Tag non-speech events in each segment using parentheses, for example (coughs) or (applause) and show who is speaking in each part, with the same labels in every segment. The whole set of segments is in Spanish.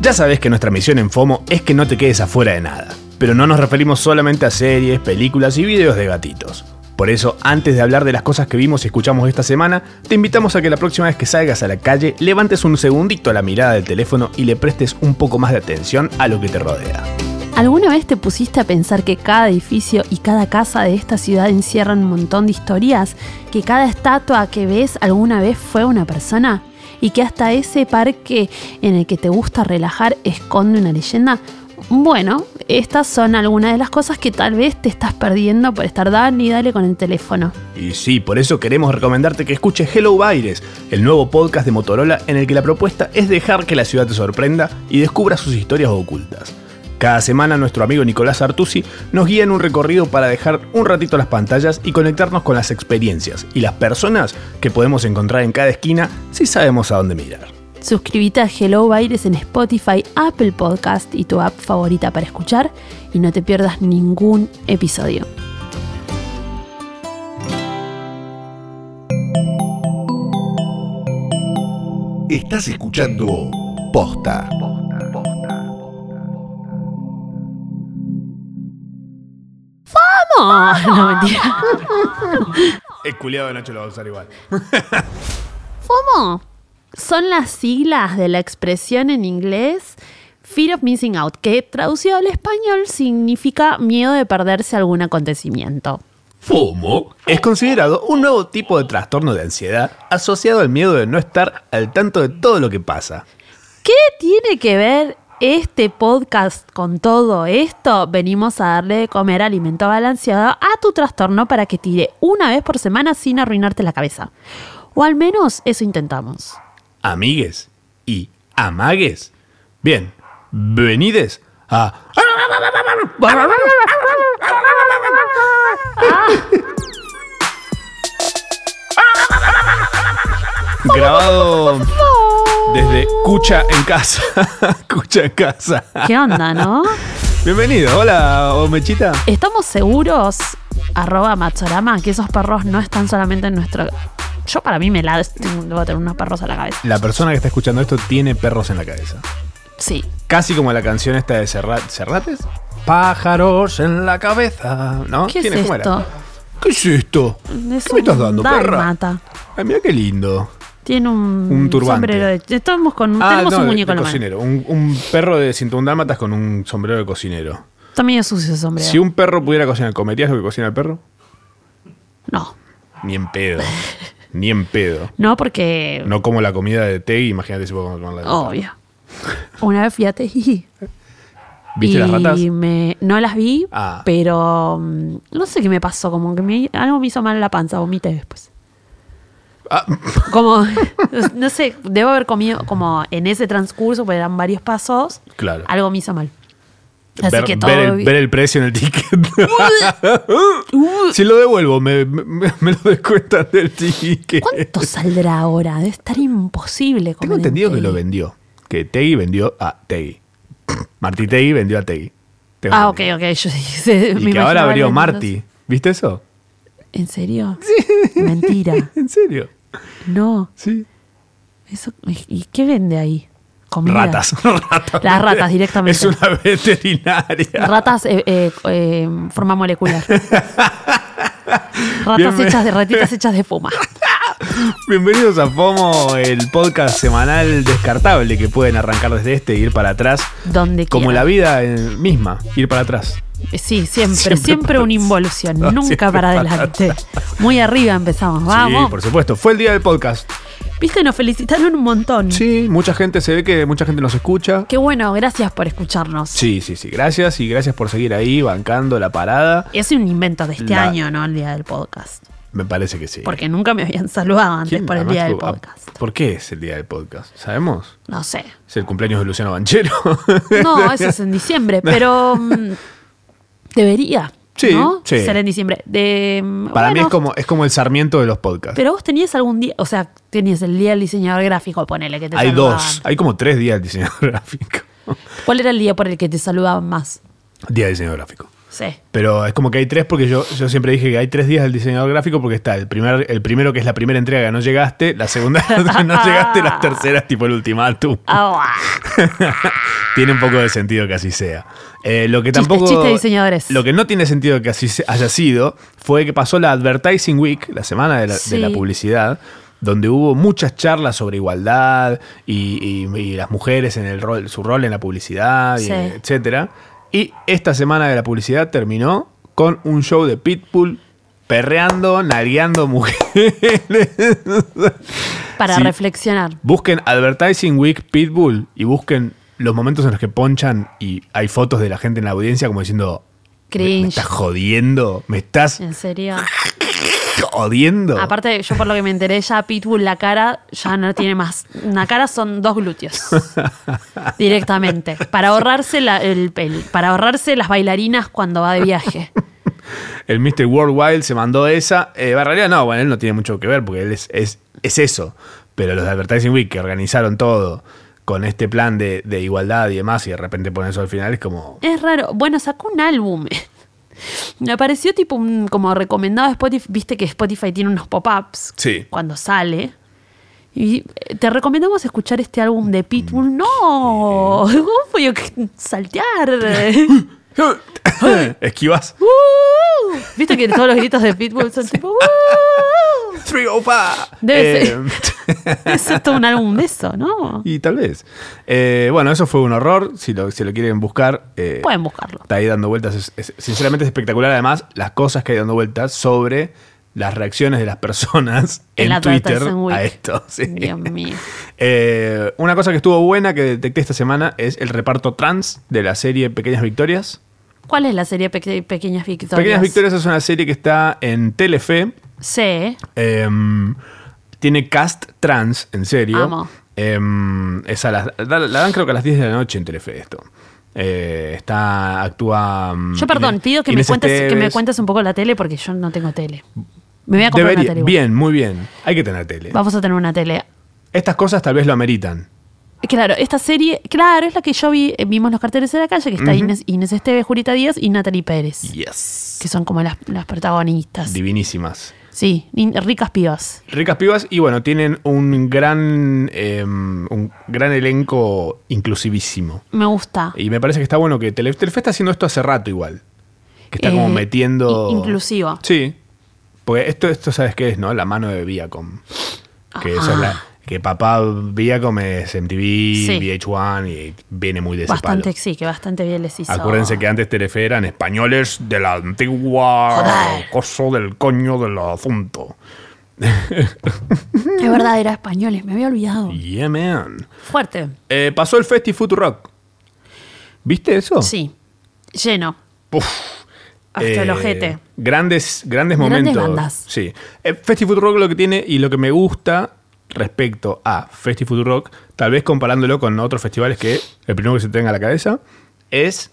Speaker 1: Ya sabes que nuestra misión en FOMO es que no te quedes afuera de nada, pero no nos referimos solamente a series, películas y videos de gatitos. Por eso, antes de hablar de las cosas que vimos y escuchamos esta semana, te invitamos a que la próxima vez que salgas a la calle, levantes un segundito a la mirada del teléfono y le prestes un poco más de atención a lo que te rodea.
Speaker 2: ¿Alguna vez te pusiste a pensar que cada edificio y cada casa de esta ciudad encierran un montón de historias? ¿Que cada estatua que ves alguna vez fue una persona? ¿Y que hasta ese parque en el que te gusta relajar esconde una leyenda? Bueno, estas son algunas de las cosas que tal vez te estás perdiendo por estar dale y dale con el teléfono.
Speaker 1: Y sí, por eso queremos recomendarte que escuches Hello Baires, el nuevo podcast de Motorola en el que la propuesta es dejar que la ciudad te sorprenda y descubra sus historias ocultas. Cada semana nuestro amigo Nicolás Artusi nos guía en un recorrido para dejar un ratito las pantallas y conectarnos con las experiencias y las personas que podemos encontrar en cada esquina si sabemos a dónde mirar.
Speaker 2: Suscríbete a Hello Baires en Spotify, Apple Podcast y tu app favorita para escuchar y no te pierdas ningún episodio.
Speaker 3: Estás escuchando Posta.
Speaker 2: ¡Vamos! (laughs) No, mentira.
Speaker 1: Es culiado Nacho lo va a usar igual.
Speaker 2: FOMO son las siglas de la expresión en inglés Fear of Missing Out, que traducido al español significa miedo de perderse algún acontecimiento.
Speaker 1: FOMO es considerado un nuevo tipo de trastorno de ansiedad asociado al miedo de no estar al tanto de todo lo que pasa.
Speaker 2: ¿Qué tiene que ver este podcast con todo esto? Venimos a darle de comer alimento balanceado a tu trastorno para que tire una vez por semana sin arruinarte la cabeza. O al menos eso intentamos.
Speaker 1: Amigues y amagues. Bien, venides a... Grabado desde Cucha en casa. (laughs) Cucha en casa.
Speaker 2: ¿Qué onda, no?
Speaker 1: Bienvenido, hola, Omechita.
Speaker 2: Estamos seguros, arroba Matsorama, que esos perros no están solamente en nuestro. Yo para mí me la tengo- voy a tener unos perros a la cabeza.
Speaker 1: La persona que está escuchando esto tiene perros en la cabeza.
Speaker 2: Sí.
Speaker 1: Casi como la canción esta de Serrat. ¿Serrates? Pájaros en la cabeza. ¿No?
Speaker 2: ¿Qué es
Speaker 1: ¿Quién ¿Cómo era?
Speaker 2: esto?
Speaker 1: ¿Qué es esto?
Speaker 2: Es
Speaker 1: ¿Qué me estás
Speaker 2: un
Speaker 1: dando, perra?
Speaker 2: dálmata.
Speaker 1: Ay, mira qué lindo.
Speaker 2: Tiene un,
Speaker 1: Un turbante. Ah,
Speaker 2: sombrero de. Estamos con un, tenemos
Speaker 1: no,
Speaker 2: un
Speaker 1: de-
Speaker 2: muñeco
Speaker 1: de
Speaker 2: en la mano.
Speaker 1: cocinero. Un, un perro de 101 dálmatas con un sombrero de cocinero.
Speaker 2: Está medio sucio ese sombrero.
Speaker 1: Si un perro pudiera cocinar, ¿comerías lo que cocina el perro?
Speaker 2: No.
Speaker 1: Ni en
Speaker 2: (laughs)
Speaker 1: pedo. Ni en pedo.
Speaker 2: No, porque.
Speaker 1: No como la comida de Tegui, imagínate si puedo comer la de- (laughs)
Speaker 2: Obvio. Una vez fui a Tejí.
Speaker 1: ¿Viste
Speaker 2: y
Speaker 1: las ratas?
Speaker 2: Me, no las vi,
Speaker 1: Ah.
Speaker 2: pero mm, no sé qué me pasó, como que me- algo me hizo mal en la panza, vomité después. (laughs)
Speaker 1: Ah,
Speaker 2: Como, no sé, debo haber comido como en ese transcurso, porque eran varios pasos,
Speaker 1: Claro.
Speaker 2: algo me hizo mal. Así
Speaker 1: ver,
Speaker 2: que todo...
Speaker 1: ver el, ver el precio en el
Speaker 2: (laughs)
Speaker 1: ticket. (laughs) si lo devuelvo, me, me- me lo descuentan del ticket.
Speaker 2: ¿Cuánto saldrá ahora? Debe estar imposible. comer
Speaker 1: Tengo
Speaker 2: en
Speaker 1: entendido que
Speaker 2: Tegui.
Speaker 1: lo vendió. Que Tegui vendió a Tegui. (clears throat) Martí Tegui vendió a Tegui. Tengo
Speaker 2: Ah, ok,
Speaker 1: entendido.
Speaker 2: ok. Yo dije, (laughs) me
Speaker 1: Y que ahora
Speaker 2: imaginaba
Speaker 1: abrió
Speaker 2: vendiendo-
Speaker 1: Marty. ¿Viste eso?
Speaker 2: ¿En serio? Mentira.
Speaker 1: ¿En serio?
Speaker 2: No.
Speaker 1: Sí.
Speaker 2: Eso, ¿Y qué vende ahí? Comida.
Speaker 1: Ratas. (laughs) ratas.
Speaker 2: Las ratas directamente.
Speaker 1: Es una (laughs) veterinaria.
Speaker 2: Ratas eh, eh, eh,
Speaker 1: (laughs)
Speaker 2: forma molecular. Ratas
Speaker 1: Bien, bien.
Speaker 2: hechas de ratitas hechas
Speaker 1: (laughs)
Speaker 2: de fuma.
Speaker 1: Bienvenidos a FOMO, el podcast semanal descartable que pueden arrancar desde este e ir para atrás.
Speaker 2: Donde
Speaker 1: Como la
Speaker 2: quieran.
Speaker 1: vida eh, misma, ir para atrás.
Speaker 2: Eh, Sí, siempre,
Speaker 1: Siempre
Speaker 2: siempre,
Speaker 1: para-
Speaker 2: una
Speaker 1: (laughs)
Speaker 2: involución,
Speaker 1: No, siempre
Speaker 2: nunca para
Speaker 1: para
Speaker 2: adelante. Muy arriba empezamos,
Speaker 1: Sí,
Speaker 2: vamos.
Speaker 1: por supuesto. Fue el día del podcast.
Speaker 2: Viste, nos felicitaron un montón.
Speaker 1: Sí, mucha gente se ve que mucha gente nos escucha.
Speaker 2: Qué bueno, gracias por escucharnos.
Speaker 1: Sí, sí, sí. Gracias y gracias por seguir ahí bancando la parada.
Speaker 2: Es un invento de este
Speaker 1: La-
Speaker 2: año, ¿no? El día del podcast.
Speaker 1: Me parece que sí.
Speaker 2: Porque nunca me habían saludado antes
Speaker 1: ¿Quién
Speaker 2: por el
Speaker 1: armó
Speaker 2: día del
Speaker 1: esto? Ah,
Speaker 2: podcast.
Speaker 1: ¿Por qué es el día del podcast? ¿Sabemos?
Speaker 2: No
Speaker 1: (laughs)
Speaker 2: sé.
Speaker 1: Es el cumpleaños de Luciano Banchero. (laughs)
Speaker 2: No, eso es en diciembre, pero mm, debería.
Speaker 1: Sí,
Speaker 2: ¿no?
Speaker 1: sí.
Speaker 2: Ser en diciembre. De, mm,
Speaker 1: Para mí
Speaker 2: bueno,
Speaker 1: es como, es como el sarmiento de los podcasts.
Speaker 2: Pero vos tenías algún día, o sea, tenías el día del diseñador gráfico, ponele que te
Speaker 1: hay
Speaker 2: saludaban.
Speaker 1: dos. Hay como tres días del diseñador (laughs) gráfico.
Speaker 2: ¿Cuál era el día por el que te saludaban más?
Speaker 1: Día del diseñador gráfico.
Speaker 2: Sí.
Speaker 1: Pero es como que hay tres, porque yo, yo siempre dije que hay tres días del diseñador gráfico, porque está el primer, el primero que es la primera entrega que no llegaste, la segunda (laughs) que no llegaste, la tercera es tipo el ultimátum.
Speaker 2: Ah,
Speaker 1: (laughs) Tiene un poco de sentido que así sea. Eh, lo que
Speaker 2: Chistes,
Speaker 1: tampoco.
Speaker 2: chistes de diseñadores.
Speaker 1: Lo que no tiene sentido que así se- haya sido fue que pasó la Advertising Week, la semana de la, de la
Speaker 2: Sí.
Speaker 1: publicidad, donde hubo muchas charlas sobre igualdad y, y- y las mujeres en el rol, su rol en la publicidad, y
Speaker 2: Sí.
Speaker 1: etcétera. Y esta semana de la publicidad terminó con un show de Pitbull perreando, nalgueando mujeres.
Speaker 2: para
Speaker 1: Sí.
Speaker 2: reflexionar.
Speaker 1: Busquen Advertising Week Pitbull y busquen los momentos en los que ponchan y hay fotos de la gente en la audiencia como diciendo. "Me- Ah, Me,
Speaker 2: Cringe.
Speaker 1: estás jodiendo, me estás
Speaker 2: En serio.
Speaker 1: jodiendo.
Speaker 2: Aparte, yo por lo que me enteré, ya Pitbull, la cara ya no tiene más. Una cara son dos glúteos.
Speaker 1: (laughs)
Speaker 2: Directamente. Para ahorrarse, la- el, el- para ahorrarse las bailarinas cuando va de viaje.
Speaker 1: El Mr. Worldwide se mandó esa. Eh, en realidad no, bueno, él no tiene mucho que ver porque él es, es, es eso. Pero los de Advertising Week que organizaron todo con este plan de, de igualdad y demás y de repente ponen eso al final es
Speaker 2: (laughs)
Speaker 1: como... (laughs)
Speaker 2: Es raro. Bueno, sacó un álbum. (laughs) Me apareció tipo un, como recomendado de Spotify. Viste que Spotify tiene unos pop-ups
Speaker 1: Sí.
Speaker 2: cuando sale. Y eh, te recomendamos escuchar este álbum de
Speaker 1: Mm,
Speaker 2: Pitbull. No, (laughs) voy a
Speaker 1: (laughs)
Speaker 2: saltear. (laughs)
Speaker 1: Esquivas.
Speaker 2: ¡Uh! Viste que todos los gritos de Pitbull son tipo
Speaker 1: (laughs)
Speaker 2: ¡Uh!
Speaker 1: 305.
Speaker 2: Debe
Speaker 1: Eh, (laughs)
Speaker 2: Eso es todo un álbum de eso, ¿no?
Speaker 1: Y tal vez. Eh, bueno, eso fue un horror. Si lo, si lo quieren buscar, eh,
Speaker 2: Pueden buscarlo.
Speaker 1: está ahí dando vueltas. Es- es- sinceramente es espectacular, además, las cosas que hay dando vueltas sobre las reacciones de las personas
Speaker 2: (laughs) El
Speaker 1: en Twitter
Speaker 2: Advertising Week.
Speaker 1: a esto. (laughs) sí.
Speaker 2: Dios mío.
Speaker 1: Eh, una cosa que estuvo buena que detecté esta semana es el reparto trans de la serie Pequeñas Victorias.
Speaker 2: ¿Cuál es la serie Peque- Pequeñas Victorias?
Speaker 1: Pequeñas Victorias es una serie que está en Telefe.
Speaker 2: Sí.
Speaker 1: Em, tiene cast trans, en serio.
Speaker 2: Amo.
Speaker 1: Em, es a las- da- la dan creo que a las 10 de la noche en Telefe esto. Eh, está, actúa... mm,
Speaker 2: Yo, perdón,
Speaker 1: Ine-
Speaker 2: pido que
Speaker 1: Inés
Speaker 2: me, cuentes, que me
Speaker 1: Esteves.
Speaker 2: cuentes un poco la tele porque yo no tengo tele. Me voy a comprar
Speaker 1: Debería-
Speaker 2: una tele. igual.
Speaker 1: bien, muy bien. Hay que tener tele.
Speaker 2: Vamos a tener una tele.
Speaker 1: Estas cosas tal vez lo ameritan.
Speaker 2: Claro, esta serie, claro, es la que yo vi, eh, vimos los carteles de la calle, que está Inés, Inés Esteves, Jurita Díaz y Natalie Pérez,
Speaker 1: Yes.
Speaker 2: que son como las, las protagonistas.
Speaker 1: Divinísimas.
Speaker 2: Sí, nin- ricas pibas.
Speaker 1: Ricas pibas y bueno, tienen un gran, em, un gran elenco inclusivísimo.
Speaker 2: Me gusta.
Speaker 1: Y me parece que está bueno que Telefe, Telefe está haciendo esto hace rato igual. Que está como
Speaker 2: Eh,
Speaker 1: metiendo.
Speaker 2: in- inclusiva.
Speaker 1: Sí. Porque esto, esto sabes qué es, ¿no? La mano de Viacom. Que eso es la. Que papá Viacom es MTV,
Speaker 2: Sí.
Speaker 1: VH1 y viene muy de ese
Speaker 2: Bastante,
Speaker 1: palo.
Speaker 2: sí, que bastante bien les hizo.
Speaker 1: Acuérdense que antes Telefe eran españoles de la antigua
Speaker 2: Joder.
Speaker 1: coso del coño del asunto.
Speaker 2: Es verdad, era españoles, me había olvidado.
Speaker 1: Yeah, eh, man.
Speaker 2: Fuerte.
Speaker 1: Eh, pasó el Festi Food Rock. ¿Viste eso?
Speaker 2: Sí. Lleno.
Speaker 1: Puf. Eh,
Speaker 2: Hasta el ojete.
Speaker 1: Grandes, grandes
Speaker 2: Grandes
Speaker 1: momentos.
Speaker 2: bandas.
Speaker 1: Sí. Eh, Festi Food Rock lo que tiene y lo que me gusta respecto a Festi Food Rock, tal vez comparándolo con otros festivales que el primero que se tenga a la cabeza, es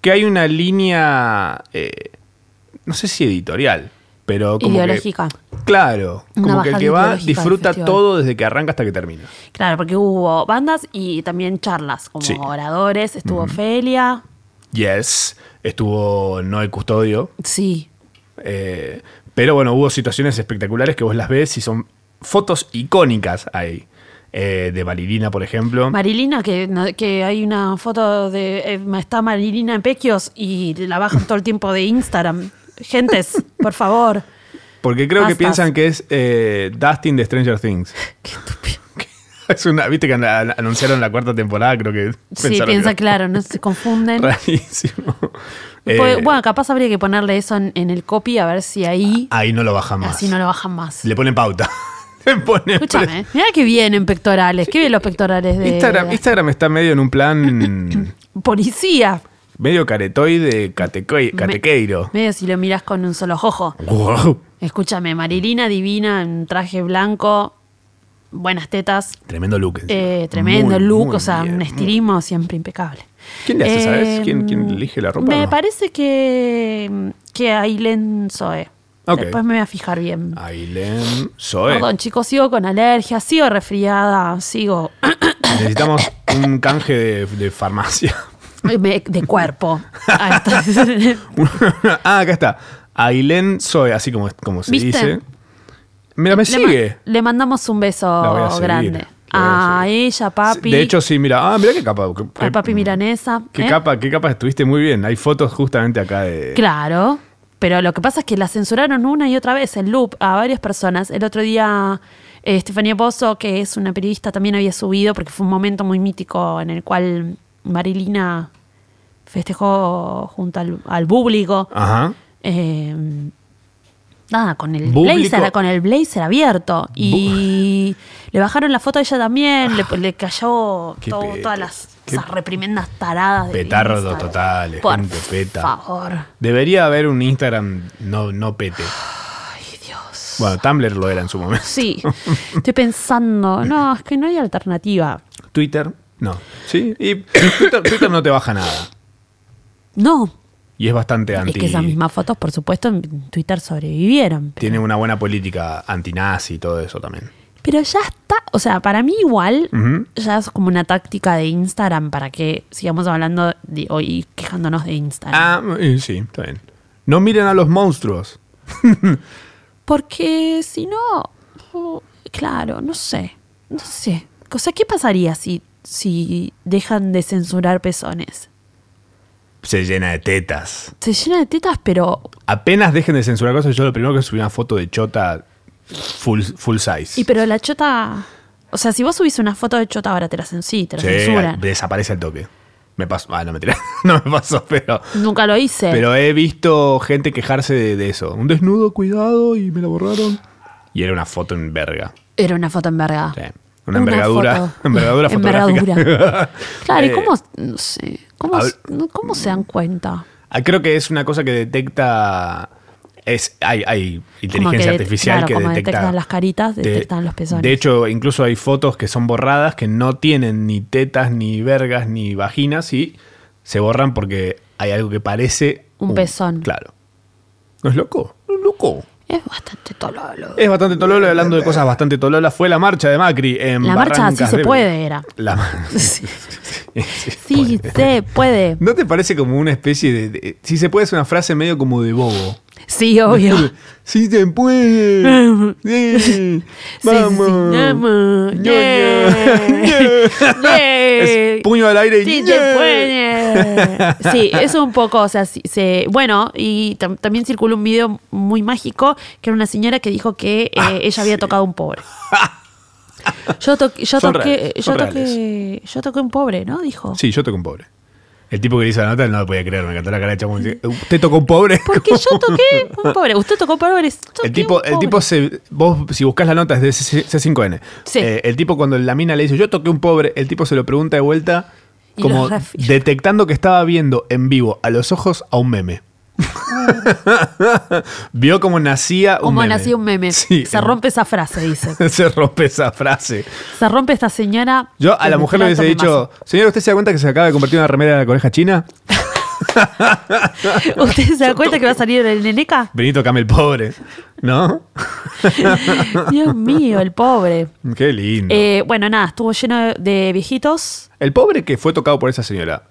Speaker 1: que hay una línea, eh, no sé si editorial, pero como que-
Speaker 2: Ideológica.
Speaker 1: claro,
Speaker 2: Una
Speaker 1: como que el
Speaker 2: bajada
Speaker 1: que va
Speaker 2: ideológica del
Speaker 1: disfruta
Speaker 2: festival.
Speaker 1: todo desde que arranca hasta que termina.
Speaker 2: Claro, porque hubo bandas y también charlas, como
Speaker 1: Sí.
Speaker 2: oradores, estuvo Felia.
Speaker 1: Yes, estuvo Noé Custodio,
Speaker 2: Sí.
Speaker 1: Eh, pero bueno, hubo situaciones espectaculares que vos las ves y son fotos icónicas ahí. Eh, de Marilina, por ejemplo.
Speaker 2: Marilina, que, no- que hay una foto de. eh, está Marilina en Pequios y la bajan todo el tiempo de Instagram. Gentes, por favor.
Speaker 1: porque creo que
Speaker 2: bastas.
Speaker 1: piensan que es eh, Dustin de Stranger Things.
Speaker 2: (laughs)
Speaker 1: (laughs)
Speaker 2: Qué estúpido.
Speaker 1: Es una, viste que an- an- anunciaron la cuarta temporada, creo que.
Speaker 2: Sí,
Speaker 1: pensaron
Speaker 2: piensa,
Speaker 1: que-
Speaker 2: claro, no se confunden. (laughs)
Speaker 1: Rarísimo.
Speaker 2: Pues,
Speaker 1: Eh,
Speaker 2: bueno, capaz habría que ponerle eso en, en el copy a ver si ahí
Speaker 1: ahí no lo bajan Ah, más.
Speaker 2: así no lo bajan más.
Speaker 1: Le ponen pauta. (laughs) Le ponen (laughs)
Speaker 2: Escúchame, mira que bien en pectorales, qué bien los pectorales de
Speaker 1: Instagram, Instagram está medio en un
Speaker 2: (clears throat)
Speaker 1: plan.
Speaker 2: policía.
Speaker 1: medio caretoide, cateque- catequeiro.
Speaker 2: Medio si lo miras con un solo ojo.
Speaker 1: Wow.
Speaker 2: Escúchame, Marilina divina en traje blanco, buenas tetas,
Speaker 1: Tremendo look.
Speaker 2: eh, tremendo
Speaker 1: Muy,
Speaker 2: look,
Speaker 1: muy
Speaker 2: o sea,
Speaker 1: bien,
Speaker 2: un
Speaker 1: muy-
Speaker 2: estilismo siempre impecable.
Speaker 1: ¿Quién le hace,
Speaker 2: Eh,
Speaker 1: sabes? ¿Quién- quién elige la ropa?
Speaker 2: Me parece que, que Ailén Zoe.
Speaker 1: Ok. Ah,
Speaker 2: Después me voy a fijar bien.
Speaker 1: Ailem Zoe.
Speaker 2: Perdón, chicos, sigo con alergia, sigo resfriada, sigo. (coughs)
Speaker 1: Necesitamos un canje de, de farmacia. (laughs)
Speaker 2: Me- de cuerpo. Ahí está.
Speaker 1: ah, acá está. Ailén Zoe, así como, como se
Speaker 2: ¿Viste?
Speaker 1: dice. Mira, me
Speaker 2: Le ma-
Speaker 1: sigue.
Speaker 2: Le mandamos un beso
Speaker 1: La voy a seguir,
Speaker 2: grande.
Speaker 1: la voy a
Speaker 2: A ella, papi.
Speaker 1: De hecho, sí, mira. Ah, mira qué capa. qué-
Speaker 2: al papi milanesa.
Speaker 1: Qué
Speaker 2: ¿eh?
Speaker 1: capa, qué capa estuviste muy bien. Hay fotos justamente acá de.
Speaker 2: Claro. Pero lo que pasa es que la censuraron una y otra vez en loop a varias personas. El otro día, eh, Estefanía Pozo, que es una periodista, también había subido porque fue un momento muy mítico en el cual Marilina festejó junto al, al público.
Speaker 1: Ajá.
Speaker 2: Eh, nada, con el
Speaker 1: Público.
Speaker 2: blazer, con el blazer abierto. Y le bajaron la foto a ella también, le, le cayó
Speaker 1: (sighs) Qué
Speaker 2: todo-
Speaker 1: pe-
Speaker 2: todas las
Speaker 1: qué
Speaker 2: esas reprimendas taradas de
Speaker 1: petardo
Speaker 2: Instagram.
Speaker 1: totales,
Speaker 2: Por
Speaker 1: gente peta.
Speaker 2: favor.
Speaker 1: Debería haber un Instagram no, no pete.
Speaker 2: Ay, Dios.
Speaker 1: Bueno, Tumblr lo era en su momento.
Speaker 2: Sí, estoy pensando, no, es que no hay alternativa.
Speaker 1: Twitter, no. Sí, y (coughs) Twitter, Twitter no te baja nada.
Speaker 2: No,
Speaker 1: Y es bastante anti.
Speaker 2: es que esas mismas fotos, por supuesto, en Twitter sobrevivieron.
Speaker 1: Tiene una buena política antinazi y todo eso también.
Speaker 2: Pero ya está, o sea, para mí igual,
Speaker 1: Ujú.
Speaker 2: ya es como una táctica de Instagram para que sigamos hablando de hoy quejándonos de Instagram.
Speaker 1: Ah, eh, sí, está bien. No miren a los monstruos.
Speaker 2: Porque si no, oh, claro, no sé, no sé. O sea, ¿qué pasaría si, si dejan de censurar pezones?
Speaker 1: Se llena de tetas.
Speaker 2: Se llena de tetas, pero...
Speaker 1: Apenas dejen de censurar cosas, yo lo primero que subí una foto de chota full, full size.
Speaker 2: Y pero la chota... O sea, si vos subís una foto de chota ahora te la, cen- sí, te la
Speaker 1: Sí,
Speaker 2: censuran.
Speaker 1: desaparece al toque. Me pasó. Ah, no, mentira. (laughs) No me pasó, pero.
Speaker 2: Nunca lo hice.
Speaker 1: Pero he visto gente quejarse de, de eso. Un desnudo, cuidado, y me lo borraron. Y era una foto en verga.
Speaker 2: Era una foto en verga.
Speaker 1: Sí. Una envergadura.
Speaker 2: foto.
Speaker 1: (laughs) Envergadura fotográfica.
Speaker 2: (laughs) Envergadura.
Speaker 1: (laughs)
Speaker 2: Claro, ¿y
Speaker 1: Eh,
Speaker 2: cómo, no sé, cómo,
Speaker 1: hab-
Speaker 2: no- cómo se dan cuenta?
Speaker 1: Ah, Creo que es una cosa que detecta. Es, hay, hay
Speaker 2: Como
Speaker 1: inteligencia
Speaker 2: det-
Speaker 1: artificial
Speaker 2: claro,
Speaker 1: que
Speaker 2: como
Speaker 1: detecta.
Speaker 2: detectan las caritas,
Speaker 1: de-
Speaker 2: detectan los pezones.
Speaker 1: De hecho, incluso hay fotos que son borradas que no tienen ni tetas, ni vergas, ni vaginas y se borran porque hay algo que parece.
Speaker 2: Un pezón.
Speaker 1: Claro. ¿No es loco? ¿No es loco?
Speaker 2: es bastante tololo.
Speaker 1: Es bastante tololo, y hablando de cosas bastante tololas, fue la marcha de Macri en
Speaker 2: La marcha
Speaker 1: Barrancas
Speaker 2: así se
Speaker 1: de- (laughs)
Speaker 2: puede, era.
Speaker 1: La
Speaker 2: (laughs)
Speaker 1: mar-
Speaker 2: Sí,
Speaker 1: Sí,
Speaker 2: sí,
Speaker 1: puede.
Speaker 2: se puede.
Speaker 1: ¿No te parece como una especie de, de- Si se puede es una frase medio como de bobo.
Speaker 2: Sí, obvio.
Speaker 1: (laughs) Sí se puede. Sí.
Speaker 2: (laughs) Sí,
Speaker 1: Vamos.
Speaker 2: sí, vamos.
Speaker 1: Ño,
Speaker 2: Yeah.
Speaker 1: ño. (laughs)
Speaker 2: Yeah.
Speaker 1: Es puño al aire. y
Speaker 2: Sí,
Speaker 1: ñe.
Speaker 2: se (laughs)
Speaker 1: (laughs)
Speaker 2: puede. Sí, es un poco, o sea, sí, se, bueno, y tam- también circuló un video muy mágico que era una señora que dijo que eh, ella había tocado un pobre. (laughs) Yo, to- yo
Speaker 1: Son
Speaker 2: toqué,
Speaker 1: reales,
Speaker 2: yo
Speaker 1: son
Speaker 2: toqué, yo toqué un pobre, ¿no? Dijo.
Speaker 1: Sí, yo toco un pobre. El tipo que le hizo la nota no lo podía creer, me encantó la cara de chabón. Dice, ¿Usted tocó un pobre? (laughs)
Speaker 2: Porque yo toqué un pobre. Usted tocó pobres. yo toqué
Speaker 1: El tipo,
Speaker 2: un
Speaker 1: el tipo
Speaker 2: pobre.
Speaker 1: se, vos, si buscas la nota es de C- C5N.
Speaker 2: Sí.
Speaker 1: Eh, el tipo cuando la mina le dice, yo toqué un pobre, el tipo se lo pregunta de vuelta
Speaker 2: Y
Speaker 1: como
Speaker 2: lo reafirma.
Speaker 1: detectando que estaba viendo en vivo a los ojos a un meme. (laughs) Vio como nacía un
Speaker 2: Como
Speaker 1: meme.
Speaker 2: nació un meme.
Speaker 1: Sí.
Speaker 2: Se rompe esa frase,
Speaker 1: (laughs)
Speaker 2: dice.
Speaker 1: Se rompe esa frase.
Speaker 2: Se rompe esta señora.
Speaker 1: Yo a
Speaker 2: que
Speaker 1: la
Speaker 2: me
Speaker 1: mujer le
Speaker 2: tira
Speaker 1: hubiese dicho, señora, ¿usted se da cuenta que se acaba de convertir en una remera de la coneja china? (laughs)
Speaker 2: tomate". ¿Usted se da cuenta que va a salir el neneca?
Speaker 1: Benito Camel pobre. ¿No? (laughs)
Speaker 2: Dios mío, el pobre.
Speaker 1: Qué lindo.
Speaker 2: Eh, bueno, nada, estuvo lleno de viejitos.
Speaker 1: el pobre que fue tocado por esa señora,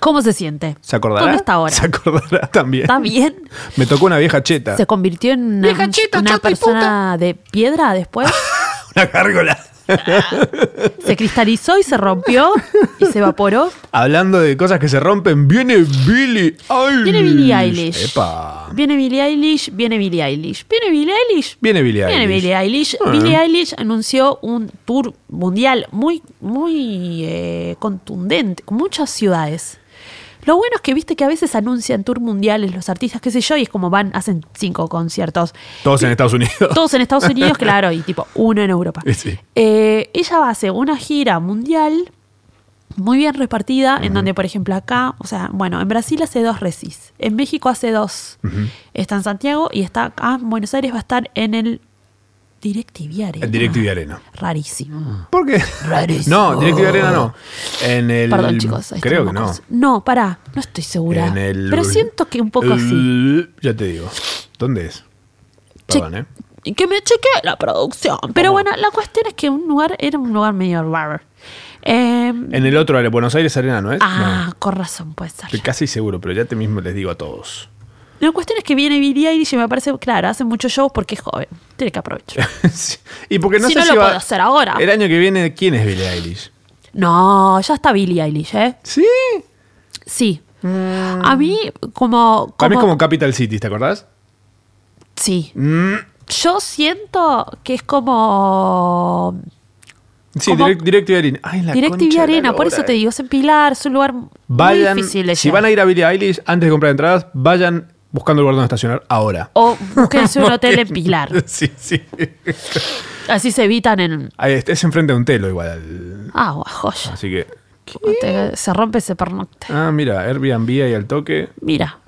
Speaker 2: ¿Cómo se siente?
Speaker 1: ¿se acordará?
Speaker 2: ¿Dónde está
Speaker 1: (laughs)
Speaker 2: ahora?
Speaker 1: Se acordará también. (laughs)
Speaker 2: ¿Está bien?
Speaker 1: Me tocó una vieja cheta.
Speaker 2: ¿Se convirtió en una,
Speaker 4: Vieja cheta,
Speaker 2: una
Speaker 4: chata y
Speaker 2: persona de piedra después?
Speaker 1: Una gárgola.
Speaker 2: ¿Se cristalizó y se rompió y se evaporó?
Speaker 1: Hablando de cosas que se rompen, viene Billy Eilish.
Speaker 2: Viene Billie Eilish.
Speaker 1: Epa.
Speaker 2: Viene Billie Eilish, viene Billie Eilish. Viene Billie Eilish.
Speaker 1: Viene Billie
Speaker 2: Viene
Speaker 1: Eilish.
Speaker 2: Billie Eilish.
Speaker 1: Ah.
Speaker 2: Billie Eilish anunció un tour mundial muy, muy eh, contundente, con muchas ciudades. Lo bueno es que viste que a veces anuncian tour mundiales los artistas, qué sé yo, y es como van, hacen cinco conciertos.
Speaker 1: Todos en Estados Unidos.
Speaker 2: (laughs) Todos en Estados
Speaker 1: (laughs)
Speaker 2: Unidos, claro, y tipo uno en Europa.
Speaker 1: Sí.
Speaker 2: Eh, ella va a hacer una gira mundial muy bien repartida, en donde, por ejemplo, acá, o sea, bueno, en Brasil hace dos recis, en México hace dos. Está en Santiago y está acá en Buenos Aires, va a estar en el DirecTV Arena.
Speaker 1: En DirecTV Arena. Ah.
Speaker 2: Rarísimo.
Speaker 1: ¿Por qué?
Speaker 2: Rarísimo.
Speaker 1: No, DirecTV Arena no. En el.
Speaker 2: Perdón, chicos. ahí
Speaker 1: Creo
Speaker 2: estamos
Speaker 1: que no.
Speaker 2: con- No, pará, no estoy segura.
Speaker 1: En el-
Speaker 2: Pero siento que un poco sí.
Speaker 1: El- Ya te digo. ¿Dónde es?
Speaker 2: Che-
Speaker 1: Perdón, ¿eh?
Speaker 2: Y que me chequeé la producción. Pero bueno, la cuestión es que un lugar era un lugar medio raro. Eh,
Speaker 1: En el otro área, Buenos Aires Arena, ¿no es?
Speaker 2: ah,
Speaker 1: No.
Speaker 2: con razón puede ser.
Speaker 1: Estoy casi seguro, pero ya te mismo les digo a todos.
Speaker 2: La cuestión es que viene Billie Eilish y me parece, claro, hace muchos shows porque es joven. Tiene que
Speaker 1: Eh.
Speaker 2: aprovechar.
Speaker 1: (laughs) Sí. y porque no
Speaker 2: Si
Speaker 1: sé
Speaker 2: no
Speaker 1: si
Speaker 2: lo
Speaker 1: va-
Speaker 2: puedo hacer ahora.
Speaker 1: El año que viene, ¿quién es Billie Eilish?
Speaker 2: No, ya está Billie Eilish, ¿eh?
Speaker 1: Sí.
Speaker 2: Sí. A mí, como.
Speaker 1: Para Mm. mí es
Speaker 2: como-
Speaker 1: como Capital City, ¿te acordás?
Speaker 2: Sí.
Speaker 1: Mm.
Speaker 2: Yo siento que es como.
Speaker 1: Sí,
Speaker 2: Como-
Speaker 1: direct- directo y arena. Ay, la
Speaker 2: DirecTV
Speaker 1: concha de la
Speaker 2: Arena, por
Speaker 1: lora,
Speaker 2: eso te
Speaker 1: eh.
Speaker 2: digo, es en Pilar, es un lugar
Speaker 1: Vayan,
Speaker 2: muy difícil de
Speaker 1: si
Speaker 2: llegar.
Speaker 1: van a ir a Billie Eilish antes de comprar entradas, vayan buscando el lugar donde estacionar ahora.
Speaker 2: O búsquense
Speaker 1: (laughs)
Speaker 2: un hotel en Pilar.
Speaker 1: Sí, sí.
Speaker 2: Así se evitan en.
Speaker 1: Ahí está, es enfrente de un telo igual.
Speaker 2: Agua, joya.
Speaker 1: Así que.
Speaker 2: Te- se rompe ese pernocte.
Speaker 1: Ah, mira, Airbnb ahí al toque.
Speaker 2: Mira.